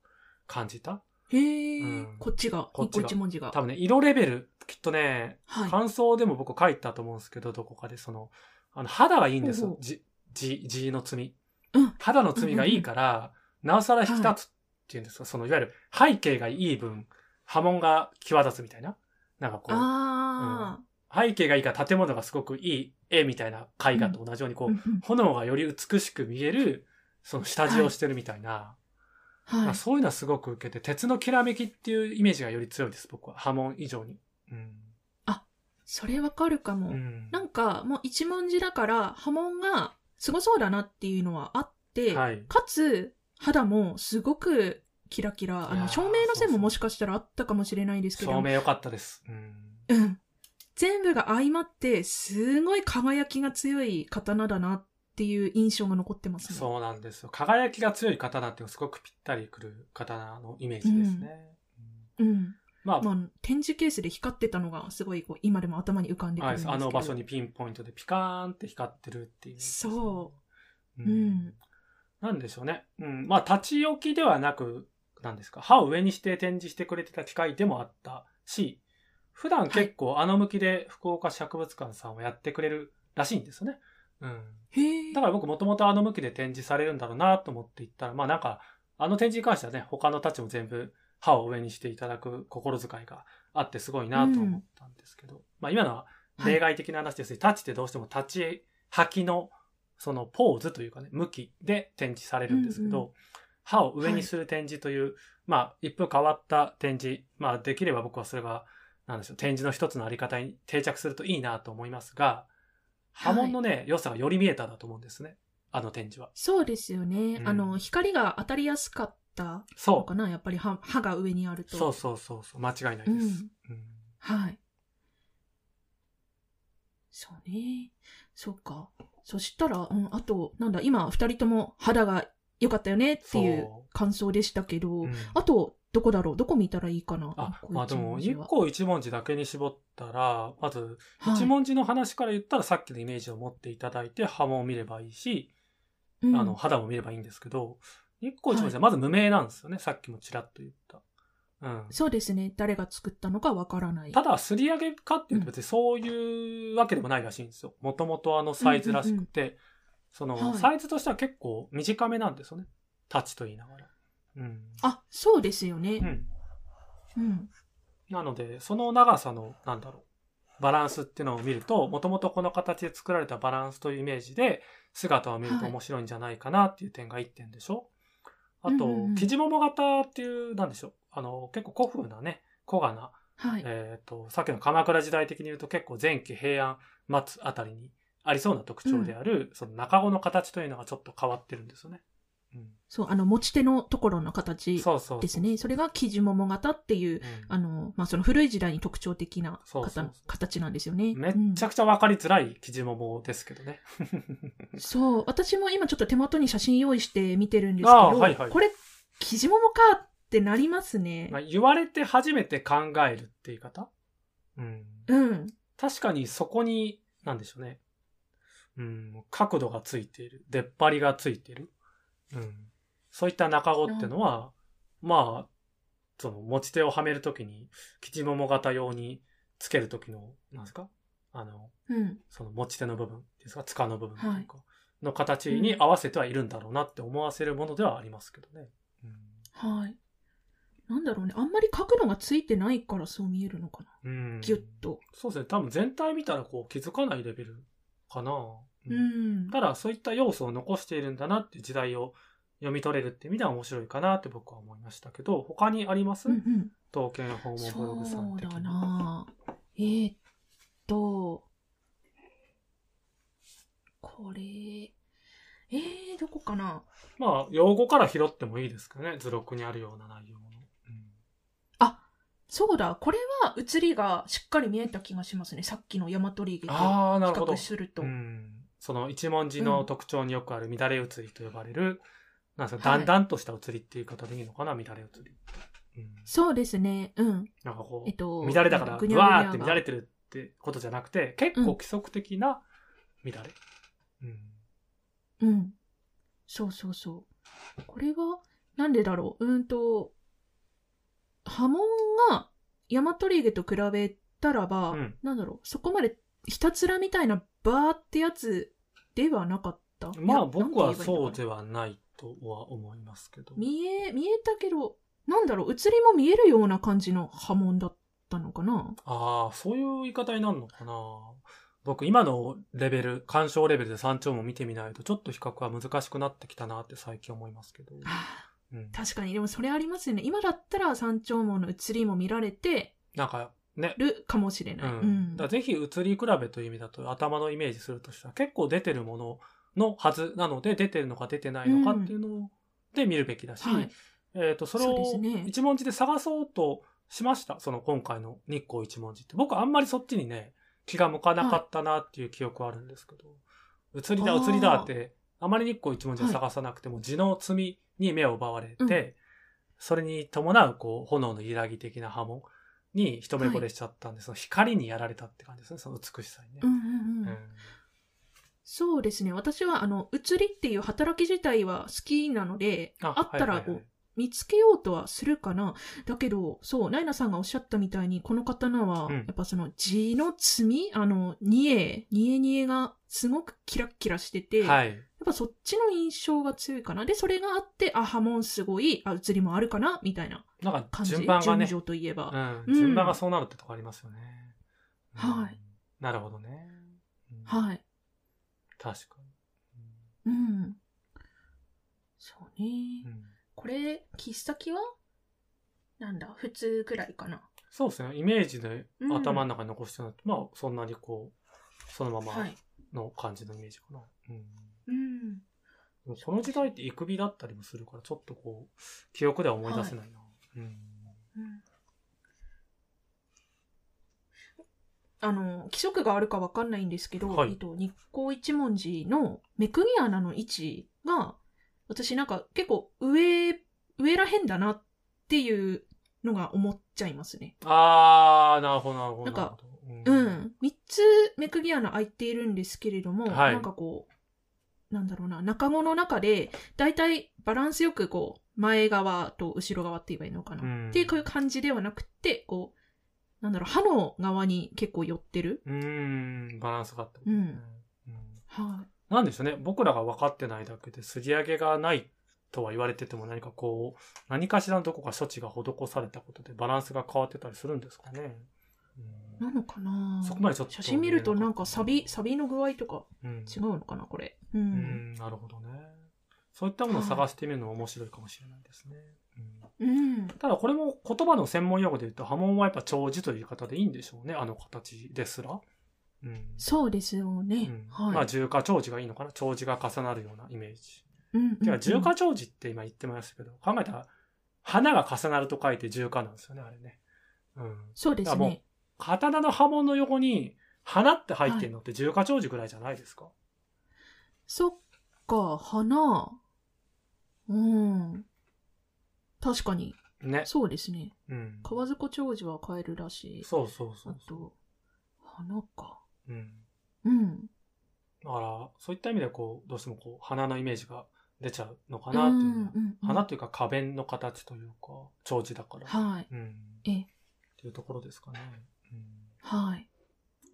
感じた。
へえ、
うん
こっちが、
こっ
日
ちが
光一文字が。
多分ね、色レベル、きっとね、
はい。
感想でも僕書いたと思うんですけど、どこかでその、あの、肌がいいんです
ほう
よ
ほ。う
じ、じ、じの罪。
うん
肌の罪がいいから、なおさら引き立つっていうんですか、その、いわゆる背景がいい分、波紋が際立つみたいな。なんかこう、
あ
背景がいいから建物がすごくいい絵みたいな絵画と同じように、
あ、
こ
う
う、
んうん
炎がより美しく見える、その下地をしてるみたいな、ま
は
あ
い。
そういうのはすごく受けて、鉄のきらめきっていうイメージがより強いです、僕は。波紋以上に。うん。
それわかるかも。
うん
なんか、もう一文字だから、波紋がすごそうだなっていうのはあって、
はい。
かつ、肌もすごくキラキラ、あ
いや
の、
ー
照明の線
そうそ
も
う
もしかしたらあったかもしれないですけど、
照明良かったです。うん。
うん。全部が相まって、すごい輝きが強い刀だなっていう印象が残ってますね。
そうなんですよ。輝きが強い刀っていうのはすごくぴったりくる刀のイメージですね。うん
う。ん。
まあ、
まあ、展示ケースで光ってたのが、すごいこう今でも頭に浮かんでくる
は
ん
い
ですけど。
あの場所にピンポイントでピカーンって光ってるっていう。。
そうう。うん。
なんでしょうね。うん。まあ、立ち置きではなく、なんですか、歯を上にして展示してくれてた機会でもあったし、普段結構あの向きで福岡市博物館さんはやってくれるらしいんですよね。うん。
へえ。
だから僕もともとあの向きで展示されるんだろうなと思って行ったら、まあなんか、あの展示に関してはね、他のたちも全部歯を上にしていただく心遣いがあってすごいなと思ったんですけど、まあ今のは
はい
例外的な話ですし、立ちってどうしても立ち吐きのそのポーズというかね、向きで展示されるんですけど、
うんう
歯を上にする展示という、まあ一風変わった展示、まあできれば僕はそれが、なんでしょう、展示の一つのあり方に定着するといいなと思いますが、波紋のね、良さがより見えただと思うんですね。あの展示は。
そうですよね。
うん
あの、光が当たりやすかったの
そ
かなやっぱり歯歯が上にある
う。
と。
そうそうそうそう。間違いないです。
うん
うん
はい。そうね。そうか。そしたら、うん、あと、なんだ、今、二人とも肌が良かったよねっていう
そ
感想でしたけど、
うん
あと、どこだろうどこ見たらいいかな
あ、
こういう
まあで
一
も、
文字
一
は
個一文字だけに絞ったら、まず、
はい
一文字の話から言ったらさっきのイメージを持っていただいて、波紋を見ればいいし、
うん
あの、肌も見ればいいんですけど、一個一文字はまず無名なんですよね。さっきもちらっと言った。うん。
そうですね。誰が作ったのかわからない。
ただ、すり上げかっていうと別にそういうわけでもないらしいんですよ。もともとあのサイズらしくて、その、
はい
サイズとしては結構短めなんですよね。タッチと言いながら。うん。
あ、そうですよ
う
ね。
ん。
うん。
なので、その長さの、なんだろう、バランスっていうのを見ると、もともとこの形で作られたバランスというイメージで、姿を見ると
はい
面白いんじゃないかなっていう点が1点でしょ。あと
うんうんうん、
生地桃型っていう、なんでしょう。あの、結構古風なね、古賀な
はい。
えっ、と、さっきの鎌倉時代的に言うと結構前期平安末あたりにありそうな特徴である、その中子の形というのがちょっと変わってるんですよね。うん。
そう、あの、持ち手のところの形
そうそうそう。
ですね。それが生地桃型っていう、
うん
あの、まあ、その古い時代に特徴的な
そう
形
そうそう
形なんですよね。
めっちゃくちゃわかりづらい生地桃ですけどね。
うんそう。私も今ちょっと手元に写真用意して見てるんですけ
ああ
ど、
はいはい
これ、生地桃かってなりますね。
まあ、言われて初めて考えるっていう言い方うん。
うん。
確かにそこに、なんでしょうね。うん、角度がついている。出っ張りがついている。うん。そういった中子ってのは、まあ、その持ち手をはめるときに、吉桃型用につけるときの、なんですかあの、
うん。
その持ち手の部分ですか、塚の部分というか、の形に合わせてはいるんだろうなって思わせるものではありますけどね。うん
はい。なんだろうね。あんまり角度がついてないからそう見えるのかな。
うん。
ギュッと。
そうですね。多分全体見たらこう気づかないレベルかな。う
うんん。
ただそういった要素を残しているんだなっていう時代を読み取れるって意味では面白いかなって僕は思いましたけど、他にあります、
うんうん。
刀剣訪問ブログさ
そ
ん
う
的
だ
に。
なえーっと、これ、えー、どこかな
まあ、用語から拾ってもいいですけどね。図録にあるような内容の。
あ、そうだ、これは写りがしっかり見えた気がしますね。さっきの大和リーゲと比
ああ、なるほど
較。すると。
うん、その一文字の特徴によくある乱れ移りと呼ばれる、なんですか、
はい
だんだんとした移りっていう言い方でいいのかな、乱れ移り。うん、
そうですね、うん。
なんかこう、
えっと、
乱れだから、
ぐ
ぐ
にゃぐにゃ
わーって
が
乱れてるってことじゃなくて、結構規則的な乱れ。うん。
うん。そうそうそう。これは、なんでだろう。うーんと、波紋がヤマトリゲと比べたらば、
うん
なんだろう、そこまでひたつらみたいなバーってやつではなかった。
ま
い
あ
や
僕は
なんて言えばいい
そ
の
う
かな
ではないとは思いますけど。
見え、見えたけど、なんだろう、映りも見えるような感じの波紋だったのかな。
ああ、そういう言い方になるのかな。僕今のレベル、鑑賞レベルで山頂も見てみないと、ちょっと比較は難しくなってきたなって最近思いますけど。
はあ
うん、
確かに、でもそれありますよね。今だったら山頂門の映りも見られて
なんかね、
るかもしれ
う
ない。
ん。だからぜひ移り比べという意味だと頭のイメージするとしたら結構出てるもののはずなので、出てるのか出てないのかっていうので見るべきだし、
はい。
えっ、と、それ
そうで
を
すね
一文字で探そうとしました。その今回の日光一文字って。僕あんまりそっちにね、気が向かなかったなっていう記憶はあるんですけど、移りだ
あー
移りだって、あまり日光一文字で探さなくても、字の積みに目を奪われて、
うん
それに伴うこう、炎の揺らぎ的な波紋に一目惚れしちゃったんで、その光にやられたって感じですね、その美しさにね。
うんうんうん
うん
そうですね。私は、あの、移りっていう働き自体は好きなので、あったら
はいはい
こ
は
う
い、
見つけようとはするかな。だけど、そう、ナイナさんがおっしゃったみたいに、この刀は、
うん
やっぱその字の罪、あの、二重、二重二重がすごくキラッキラしてて、やっ
はい。
ぱそっちの印象が強いかな。で、それがあって、あ、波紋すごい、あ、移りもあるかな、みたいな
なんか
感じ。
順番がね、
順序といえば。う
う、
んん
順番がそうなるってとこありますよね。
はい
うん。なるほどね。うん
はい。
確か
う
に。
ん。そうね。
うんうん
これ、切っ先はなんだ、普通くらいかな。
そうですね。イメージで
うん
頭の中に残してないと、まあ、そんなにこう、そのま
は
ま
い。
の感じのイメージかな。うん。
うん。
でもこの時代って、いくびだったりもするから、ちょっとこう、記憶では思い出せないな。うん。
うんあの、規則があるかわかんないんですけど、
はい
えっと、日光一文字の目くぎ穴の位置が、私なんか結構上、上らへんだなっていうのが思っちゃいますね。
あー、なるほど、なるほど。
なんか
るほ
う
ど
ん。三つ目くぎ穴開いているんですけれども、
はい
なんかこう、なんだろうな、中語の中で、だいたいバランスよくこう、前側と後ろ側って言えばいいのかな。
うん
っていう感じではなくて、こう、なんだろう、歯の側に結構寄ってる。
うん、バランスがあった。
うん
うん
は
なんでしょうね。僕らが分かってないだけで、すり上げがないとは言われてても何かこう、何かしらのどこか処置が施されたことでバランスが変わってたりするんですかね。
い。なのかな
そこまでちょっと
写真見るとなんかサビ、サビの具合とか
うん。うん
違うのかな、これ。う。
うんん、なるほどね。そういったものを探してみるのも面白いかもしれないですね。うん
うん。
ただこれも言葉の専門用語で言うと波紋はやっぱ長寿という言い方でいいんでしょうね。あの形ですら。うん。
そうですよね。
うんま
は
あ
い。
重化長寿がいいのかな。長寿が重なるようなイメージ。
うんうん
じゃあ、重花長寿って今言ってましたけど、考えたら、花が重なると書いて重花なんですよね、あれね。うん。
そうです
いやもう
ね。
刀の刃文の横に、花って入ってるのって重花長寿ぐらいじゃないですか。
そっか、花。うん。確かに。
ね。
そうですね。
うん。
河津湖長寿は買えるらしい。
そうそうそ
あ
うそう。
と、花か。
うん。
うん。
だから、そういった意味でこう、どうしてもこう、花のイメージが出ちゃうのか
う
なっていうの
ん
は。
うんうん
花というか花弁の形というか、長寿だから。
はい。
うん。
ええ
っていうところですかね。うん。
はい。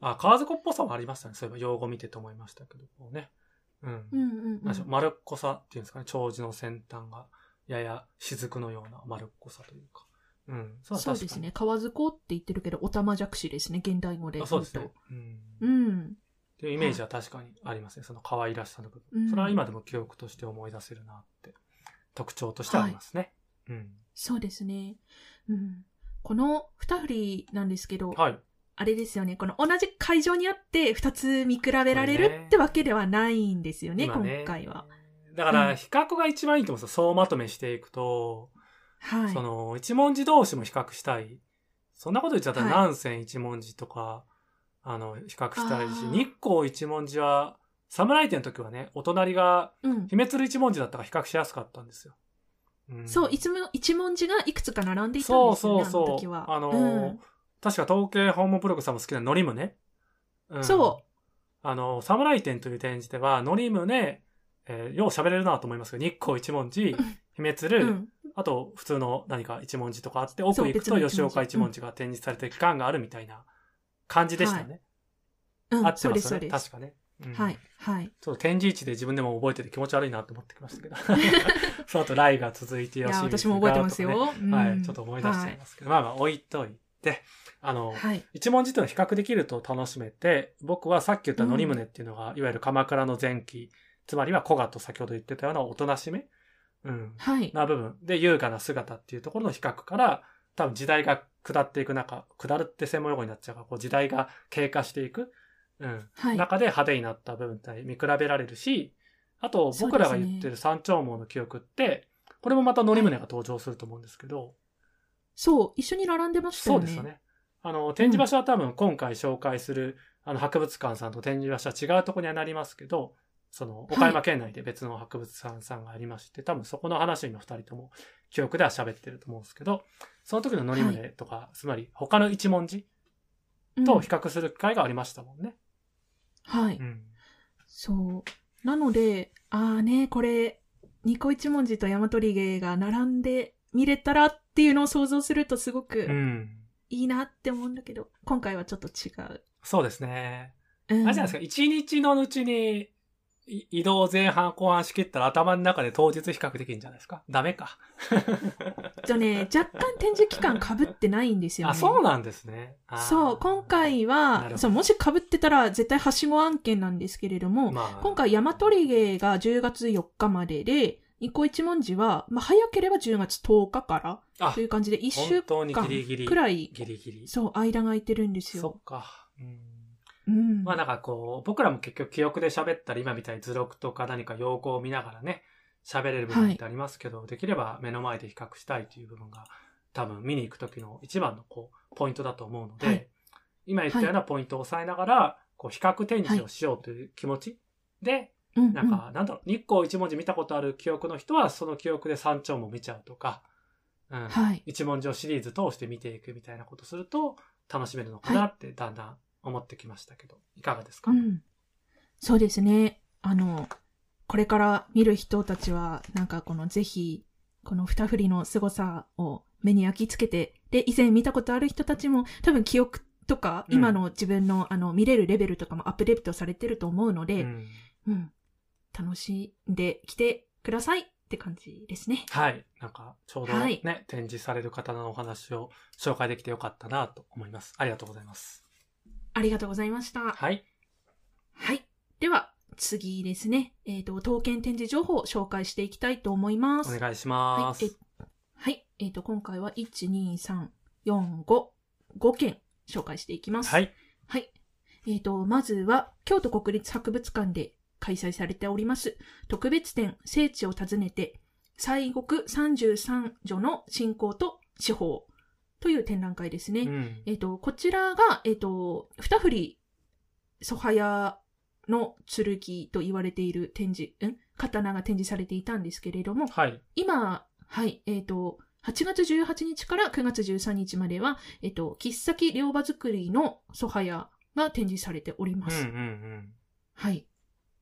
あ、川底っぽさはありましたね。そういえば、用語見てて思いましたけど、こうね。うん。
うんうんうん。
なんでしょう丸っこさっていうんですかね。長寿の先端が、やや雫のような丸っこさというか。うん。そ
そうですね。河津湖って言ってるけど、おたまじゃくしですね、現代語で。
あそうですね。うん。
う
っ
ん。
ていうイメージは確かにありますね。その可愛らしさの部
う
分。
ん
それは今でも記憶として思い出せるなって、特徴としてありますね。うん。
そうですね。うん。この二振りなんですけど、
はい。
あれですよね。この同じ会場にあって二つ見比べられ
これね
るってわけではないんですよね、
今
今
ね
回は。
だから、
うん
比較が一番いいと思うんですよ。総まとめしていくと、
はい
そ。の、一文字同士も比較したい。そんなこと言っちゃったら、
はい
南線一文字とか、あの、比較したいし
あ、ー
日光一文字は、侍店の時はね、お隣が、
うん。
姫鶴一文字だったから比較しやすかったんですよ。うん
そう、いつも一文字がいくつか並んでいたんですよね、あの時は。
あの
う
ー
ん
確か統計訪問ブログさんも好きなのりむね。うん
そう。
あの、侍展という展示では、のりむね、えーよう喋れるなと思いますけど、日光一文字、姫鶴、
うん。
あと普通の何か一文字とかあって、奥
そう
行く
別
と
の一文字
吉岡一文字が展示されてる期間があるみたいな感じでしたよね。
うん
あって
そう
ま
ですす、そ
よ
う
ね。
です。
確かね。うん
はい、はい。
ちょっと展示位置で自分でも覚えてて気持ち悪いなと思ってきましたけ ど。その後、来が続いて
い
よし、
や、私も覚えてますよ。
は
う
い、
ん
ちょっと思い出しちゃいますけど、まあまあ置いといて、あの、
はい。
一文字というのを比較できると楽しめて、僕はさっき言ったのりむねっていうのが、いわゆる鎌倉の前期、つまりは古賀と先ほど言ってたようなおとなしめ、うん、
はい。
な部分で優雅な姿っていうところの比較から、多分時代が下っていく中、下るって専門用語になっちゃうから、こう時代が経過していく、うん、
はい。
中で派手になった部分って見比べられるし、あと僕らが言ってる山頂網の記憶って、これもまた則宗が登場すると思うんですけど、
そう、一緒に並んでました
そ
よ
う
ね。
ですよね。あの、展示場所は多分今回紹介する、あの、博物館さんと展示場所は違うところにはなりますけど、その、岡山県内で別の博物館さんがありまして、多分そこの話を今二人とも記憶では喋ってると思うんですけど、その時の乗り胸とか、つまり他の一文字
うん
と比較する機会がありましたもんね。
はい。
うん。
そう。なので、ああね、これ、ニコ一文字とヤマトリゲが並んで見れたらっていうのを想像するとすご
う
く
ん。
いいなって思うんだけど、今回はちょっと違う。
そうですね。
うん
あれじゃないですか、一日のうちに、い移動前半後半しきったら頭の中で当日比較できるんじゃないですかダメか。
えっとね、若干展示期間被ってないんですよね。
あ、そうなんですね。あー
そう、今、回
なるほ
は、
ど
そう、もし被ってたら絶対はしご案件なんですけれども、
まあ、
今回、ヤマトリゲが10月4日までで、ニコ一文字は、まあ、早ければ10月10日から、
あ
という感じで、1週
本当にギリギリ
間くらい、
ギリギリ。
そう、間が空いてるんです
そ
よ。
っか。うん
うん。
まあなんかこう、僕らも結局記憶で喋ったり、今みたいに図録とか何か用語を見ながらね、喋れる部分ってありますけど、できれば目の前で比較したいという部分が、多分見に行く時の一番のこう、ポイントだと思うので、
はい
今言ったようなポイントを抑えながら、こう、比較展示をしようという気持ちで、
うん、
なんか、なんだろう、日光一文字見たことある記憶の人は、その記憶で山頂も見ちゃうとか、うん
うん、はい。
一文字をシリーズ通して見ていくみたいなことすると、楽しめるのかなって、だんだん思ってきましたけど、いかがですか、
うん。そうですね。あの、これから見る人たちは、なんかこの、ぜひ、この二振りの凄さを目に焼き付けて、で、以前見たことある人たちも、多分記憶とか、
うん
今の自分の、あの、見れるレベルとかもアップデートされてると思うの
う
で、
ん
うん。楽しんできてくださいって感じですね。
はい。なんか、ちょうどね、
はい
展示される方のお話を紹介できてよかったなと思います。ありがとうございます。
ありがとうございました。
はい。
はい。では、次ですね。えっ、と、刀剣展示情報を紹介していきたいと思います。
お願いしま
はい
す。。
えはい。えっ、と、今回は、1、2、3、4、5、5件紹介していきます。
はい。。
はい。えっ、と、まずは、京都国立博物館で開催されております、特別展、聖地を訪ねて、西国33女の信仰と司法という展覧会ですね。
うん。
えっ、と、こちらが、えっ、と、二振り、ソハヤの剣と言われている展示、ん刀が展示されていたんですけれども、
はい。
今、はい、えっ、と、8月18日から9月13日までは、えっ、と、切っ先両刃作りのソハヤが展示されておりま
うんうん
す。
うん。
はい。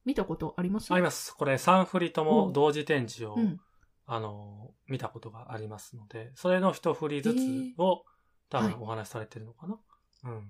見たことあります
あります。これ、3振りとも同時展示を、
うん。
あの、見たことがありますので、それの一振りずつを、多
はい
分お話しされてるのかな、うん。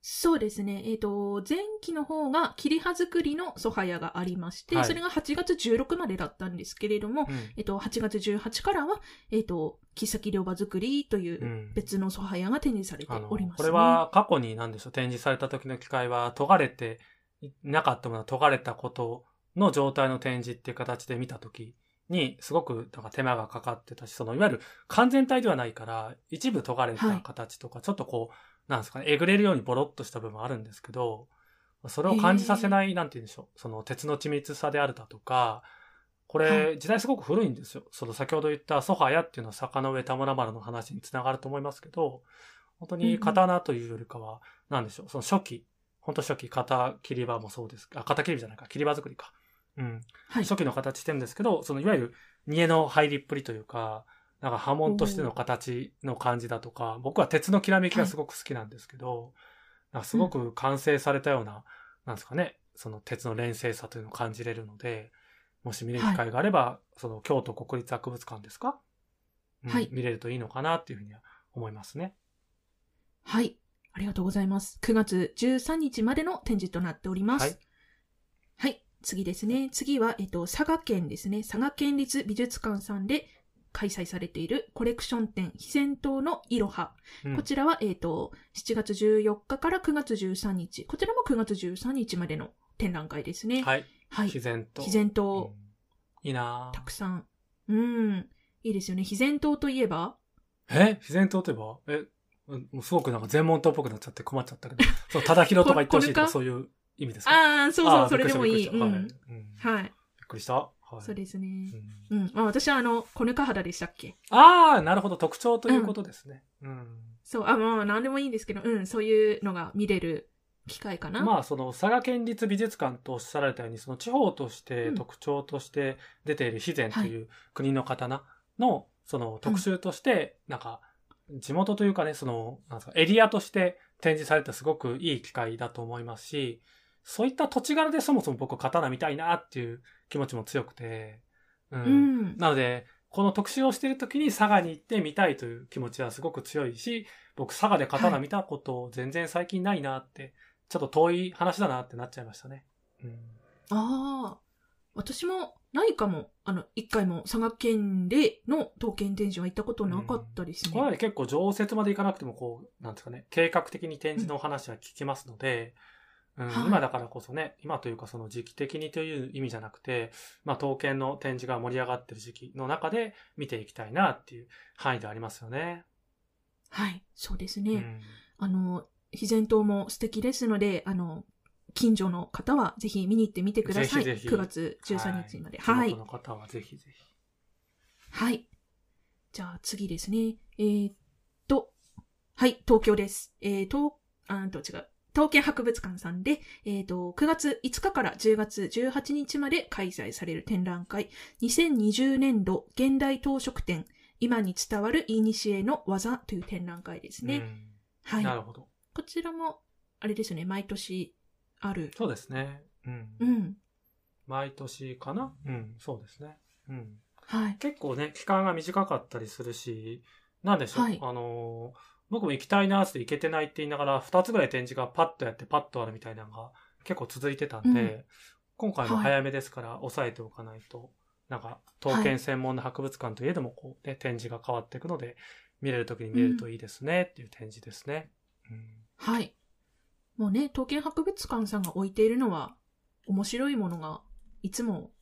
そうですね。えっ、と、前期の方が切り葉作りのソハヤがありまして、
はい
それが8月16までだったんですけれども、
うん
えっと、8月18からは、えっと、切っ先両場作りといううん別のソハヤが展示されて
あの
おります、ね
これは過去に何でしょう展示された時の機械は研がれていなかったものは研がれたことの状態の展示っていう形で見た時にすごくなんか手間がかかってたしそのいわゆる完全体ではないから一部研がれた形とか、ちょっとこうなんですかねえぐれるようにボロッとした部分もあるんですけどそれを感じさせない、なんて言うんでしょうその鉄の緻密さであるだとかこ
は
れ、時代すごく古いんですよ。その先ほど言ったソハヤっていうのは坂の上田村丸の話につながると思いますけど、本当
うんう
に
ん
刀というよりかは、なんでしょう、その初期、本当初期、刀切り場もそうです。あ、刀切り場じゃないか、切り場作りか。うん。
はい。
初期の形してるんですけど、そのいわゆる煮えの入りっぷりというか、なんか波紋としての形の感じだとか、僕は鉄のきらめきがすごく好きなんですけど、なんかすごく完成されたような、なんですかね、その鉄の連成さというのを感じれるので、もし見れる機会があれば、その京都国立博物館ですか、うん
はい
見れるといいのかなっていうふうには思いますね。
はい。ありがとうございます。9月13日までの展示となっております。は
はいい。
次ですね。次は、えっと、佐賀県ですね。佐賀県立美術館さんで開催されているコレクション展、非戦闘のいろは。
うん
こちらは、えっと、7月14日から9月13日。こちらも9月13日までの展覧会ですね。
はい。
はい。
自然と。
非然
う
灯
ん、いいな
た
ぁ
くさん。うん。いいですよね。非然灯といえば、
え自然とといえばえ、うんもうすごくなんか全問答っぽくなっちゃって困っちゃった けど、そう、ただひろとか言ってほしいとか
こ
そういう意味ですか
ああ、そうそう、
ー
それ
び
で
っく
も
り
いい。
した
う
びっくりしたは
ん。
いうんびっ
はい。
くりした。はい。
そうですね
う。ん
うん。まあ私はあの、コネカハダでしたっけ
ああ、なるほど。特徴ということですね。うん。
そう、あ、まあ何でもいいんですけど、うん、そういうのが見れる機会かな。
まあ、その、佐賀県立美術館とおっしゃられたように、その地方として
うん
特徴として出ている肥前という国の刀の、その特集として、なんか、地元というかね、その、なんですか、エリアとして展示されたすごくいい機会だと思いますし、そういった土地柄でそもそも僕刀見たいなっていう気持ちも強くて、う。
うんん。
なので、この特集をしている時に佐賀に行ってみたいという気持ちはすごく強いし、僕佐賀で刀見たこと全然最近ないなって、ちょっと遠い話だなってなっちゃいましたね。うん、
ああ。私もないかも。あの、一回も佐賀県での刀剣展示は行ったことなかったです
これま
ね。
で結構常設まで行かなくてもこう、なんですかね、計画的に展示のお話は聞きますので、うん
はい
今だからこそね、今というかその時期的にという意味じゃなくて、まあ刀剣の展示が盛り上がってる時期の中で見ていきたいなっていう範囲ではありますよね。
はい。そうですね。
うん
あの、非然灯も素敵ですので、あの、近所の方はぜひ見に行ってみてください。
ぜひぜひ
9月13日まで。
はい
はい
地元。の方はぜひぜひ。
はい。じゃあ次ですね。えーっと、はい、東京です。えー、東、あーんと違う。東京博物館さんで、えーっと、9月5日から10月18日まで開催される展覧会、2020年度現代東食展、今に伝わる古の技という展覧会ですね。
うん
は。
ないるほど。
こちらも、あれですよね、毎年ある。
そうですね。うん。
うん。
毎年かなうん、そうですね。うん。
はい。
結構ね、期間が短かったりするし、なんでしょう、
はい
あのー僕も行きたいなーって行けてないって言いながら、2つぐらい展示がパッとやってパッとあるみたいなのが結構続いてたんで、
うん
今回も
はい
早めですから押さえておかないと、なんか、刀剣専門の博物館といえども、こうね、展示が変わっていくので、見れるときに見れるといいですね、っていう展示ですね。うん
はい。もうね、刀剣博物館さんが置いているのは、面白いものがいつも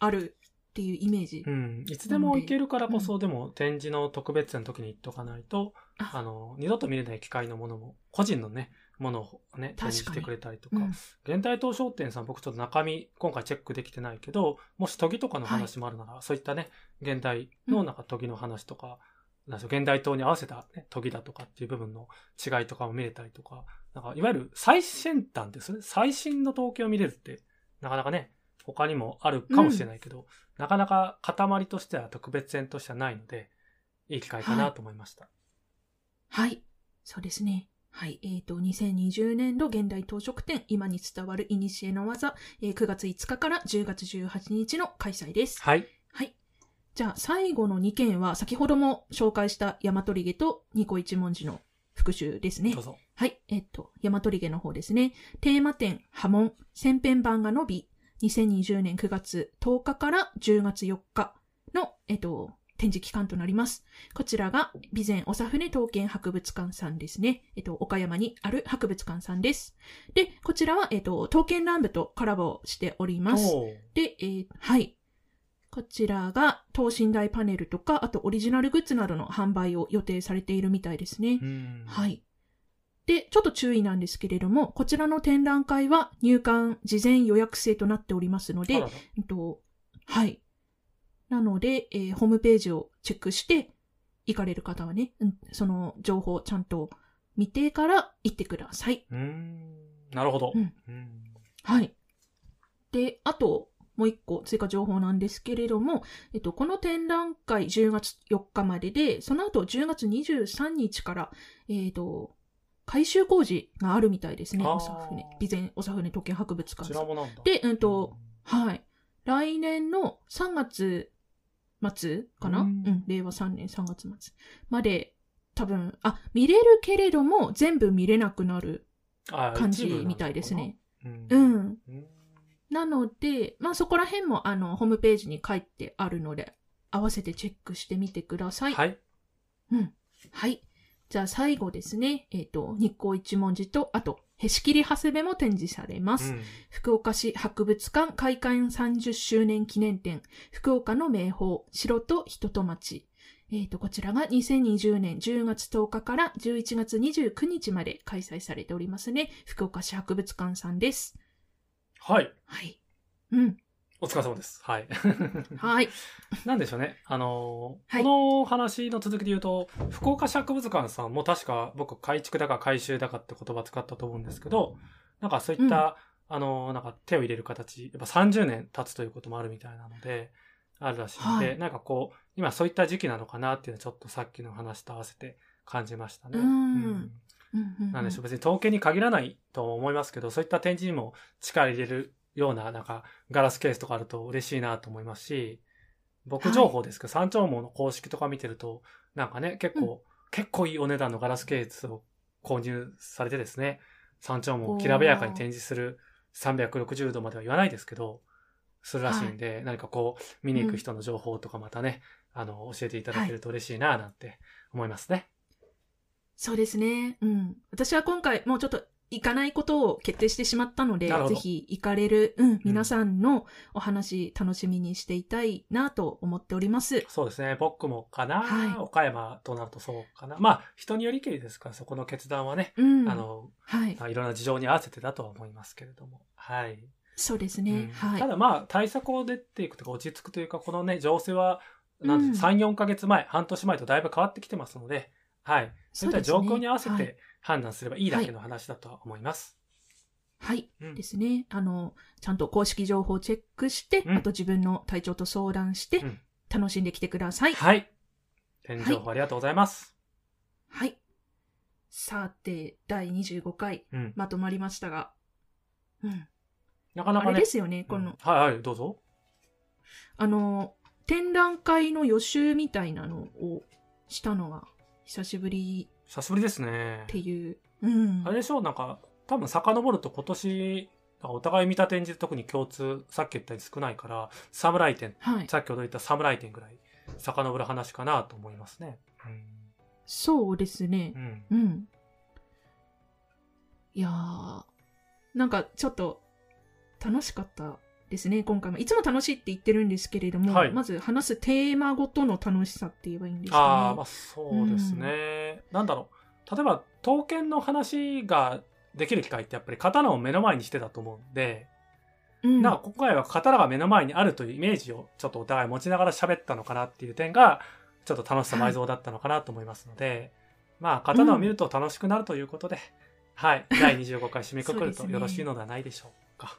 あるっていうイメージ。
うん、いつでも行けるからこそ、
う
でも展示の特別展の時に行っとかないと、
あ
あの、二度と見れない機会のものも、個人のね、ものをね、
確か
展
に
示してくれたりと
う
か、
ん
現代東商店さん僕ちょっと中身、今回チェックできてないけど、もし研ぎとかの話もあるなら、そういったね、現代のなんか研ぎの話とか、なんでしょう現代刀に合わせた、ね、研ぎだとかっていう部分の違いとかも見れたりとか、なんか、いわゆる最先端ですね。最新の統計を見れるって、なかなかね、他にもあるかもしれないけど、なかなか塊としては特別展としてはないので、いい機会かなと思いました。
はい。そうですね。はい。えっ、と、2020年度現代当食展、今に伝わる古の技、えー9月5日から10月18日の開催です。
はい。
はい。じゃあ、最後の2件は、先ほども紹介した大和リゲとニコ一文字の復習ですね
どう。ぞ。
はい。えっと、山鳥毛の方ですね。テーマ展、波紋、千編版が伸び、2020年9月10日から10月4日の、えっと、展示期間となります。こちらが、備前長船刀剣博物館さんですね。えっと、岡山にある博物館さんです。で、こちらは、えっと、刀剣乱舞とコラボしております。
おー
で、えーはい。こちらが、等身大パネルとか、あとオリジナルグッズなどの販売を予定されているみたいですね。
うん。
はい。で、ちょっと注意なんですけれども、こちらの展覧会は入館事前予約制となっておりますの
あら
で
ら、
うんと、はい。なので、えーホームページをチェックして、行かれる方はね、うんその情報をちゃんと見てから行ってください。
うーん。なるほど。
うん
うん
はい。で、あと、もう一個追加情報なんですけれども、えっと、この展覧会10月4日までで、その後10月23日から、えっと、改修工事があるみたいですね。
あー
おさふね。備前おさふね時計博物
こ
館
ち
さ
ら
ん。
もなんだ。
で、うんと、
うん
はい。来年の3月末かな
う
うんん,、令和3年3月末まで、多分、あ、見れるけれども、全部見れなくなる
あ
感じみたいですね。。
一部なんだ
う
ろうなうん。
ん。なので、まあそこら辺もあの、ホームページに書いてあるので、合わせてチェックしてみてください。
はい。
はい。じゃあ最後ですね、えっ、と、日光一文字と、あと、へし切り長谷部も展示されます。
うん
福岡市博物館開館30周年記念展、福岡の名宝、城と人と町。えっ、と、こちらが2020年10月10日から11月29日まで開催されておりますね。福岡市博物館さんです。
はい。
はい。うん。
お疲れ様です。はい。
はい。
なんでしょうね。あのー
はい
この話の続きで言うと、福岡市博物館さんも確か僕、改築だか改修だかって言葉使ったと思うんですけど、なんかそういった、あのーなんか手を入れる形、やっぱ30年経つということもあるみたいなので、あるらしいので、
はい
なんかこう、今そういった時期なのかなっていうのはちょっとさっきの話と合わせて感じましたね。
うん
なんでしょう、別に統計に限らないとも思いますけど、そういった展示にも力入れるような、なんか、ガラスケースとかあると嬉しいなと思いますし、僕情報ですけど、山頂網の公式とか見てると、なんかね、結構、結構いいお値段のガラスケースを購入されてですね、山頂網をきらびやかに展示する360度までは言わないですけど、するらしいんで、何かこう、見に行く人の情報とかまたね、あの、教えていただけると嬉しいななんて思いますね。
そうですね。うん。私は今回、もうちょっと行かないことを決定してしまったので、
なるほど
ぜひ行かれる、うん、皆さんのお話、楽しみにしていたいなと思っております。
そうですね。僕もかな、
はい
岡山となるとそうかな。まあ、人によりけりですから、そこの決断はね、
うん。
あの、
はい。
いろんな事情に合わせてだとは思いますけれども。はい。
そうです
う
ね
ん。
はい
た。だまあ、対策を出ていくとか、落ち着くというか、このね、情勢は、なんで
うん
3、4ヶ月前、半年前とだいぶ変わってきてますので、はい。そういった
です
状
ね
況に合わせ
はい
て判断すればいいだけの話だとは思います。
はい。
うん
ですね。あの、ちゃんと公式情報をチェックして、
うん
あと自分の体調と相談して、
うん
楽しんできてください。
はい。天井報ありがとうございます。
はい。さて、第25回、
うん。
まとまりましたが、うん。
なかな
あ
か
れ
ね
で。すよね、こ
うん
の、
はいはい、どうぞ。
あの、展覧会の予習みたいなのをしたのが久しぶり
久しぶりですね
っ。ていう。うん
あ。れでしょなんか、多分遡ると今年、なんかお互い見た展示特に共通、さっき言ったように少ないから、侍展、
はい。
さっきほど言った侍展ぐらい、遡る話かなと思いますね。
そうですね
う。ん。
うん。いやー、なんかちょっと楽しかったですね、今回も。いつも楽しいって言ってるんですけれども、
はい
まず話すテーマごとの楽しさって言えばいいんですかね。
ああ、まあそうですね。なんだろう。例えば、刀剣の話ができる機会ってやっぱり刀を目の前にしてたと思うんで、
うん、
なんか今回は刀が目の前にあるというイメージをちょっとお互い持ちながら喋ったのかなっていう点が、ちょっと楽しさ倍増だったのかなと思いますので、まあ刀を見ると楽しくなるということで、 はい、第25回締めく
そ
くると
うですね
よろしいのではないでしょうか。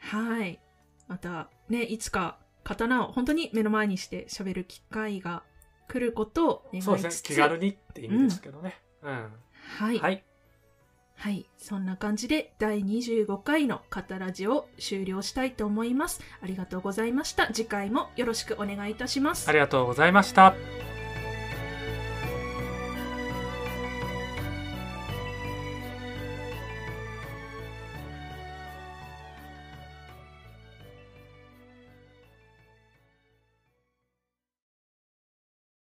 はい。また、ね、いつか刀を本当に目の前にして喋る機会が来ることを願いつつ
そうですね、気軽にって意味ですけどね。うん。
はい。は。
はいい。
そんな感じで、第25回のカタラジを終了したいと思います。ありがとうございました。次回もよろしくお願いいたします
あ。りがとうございました。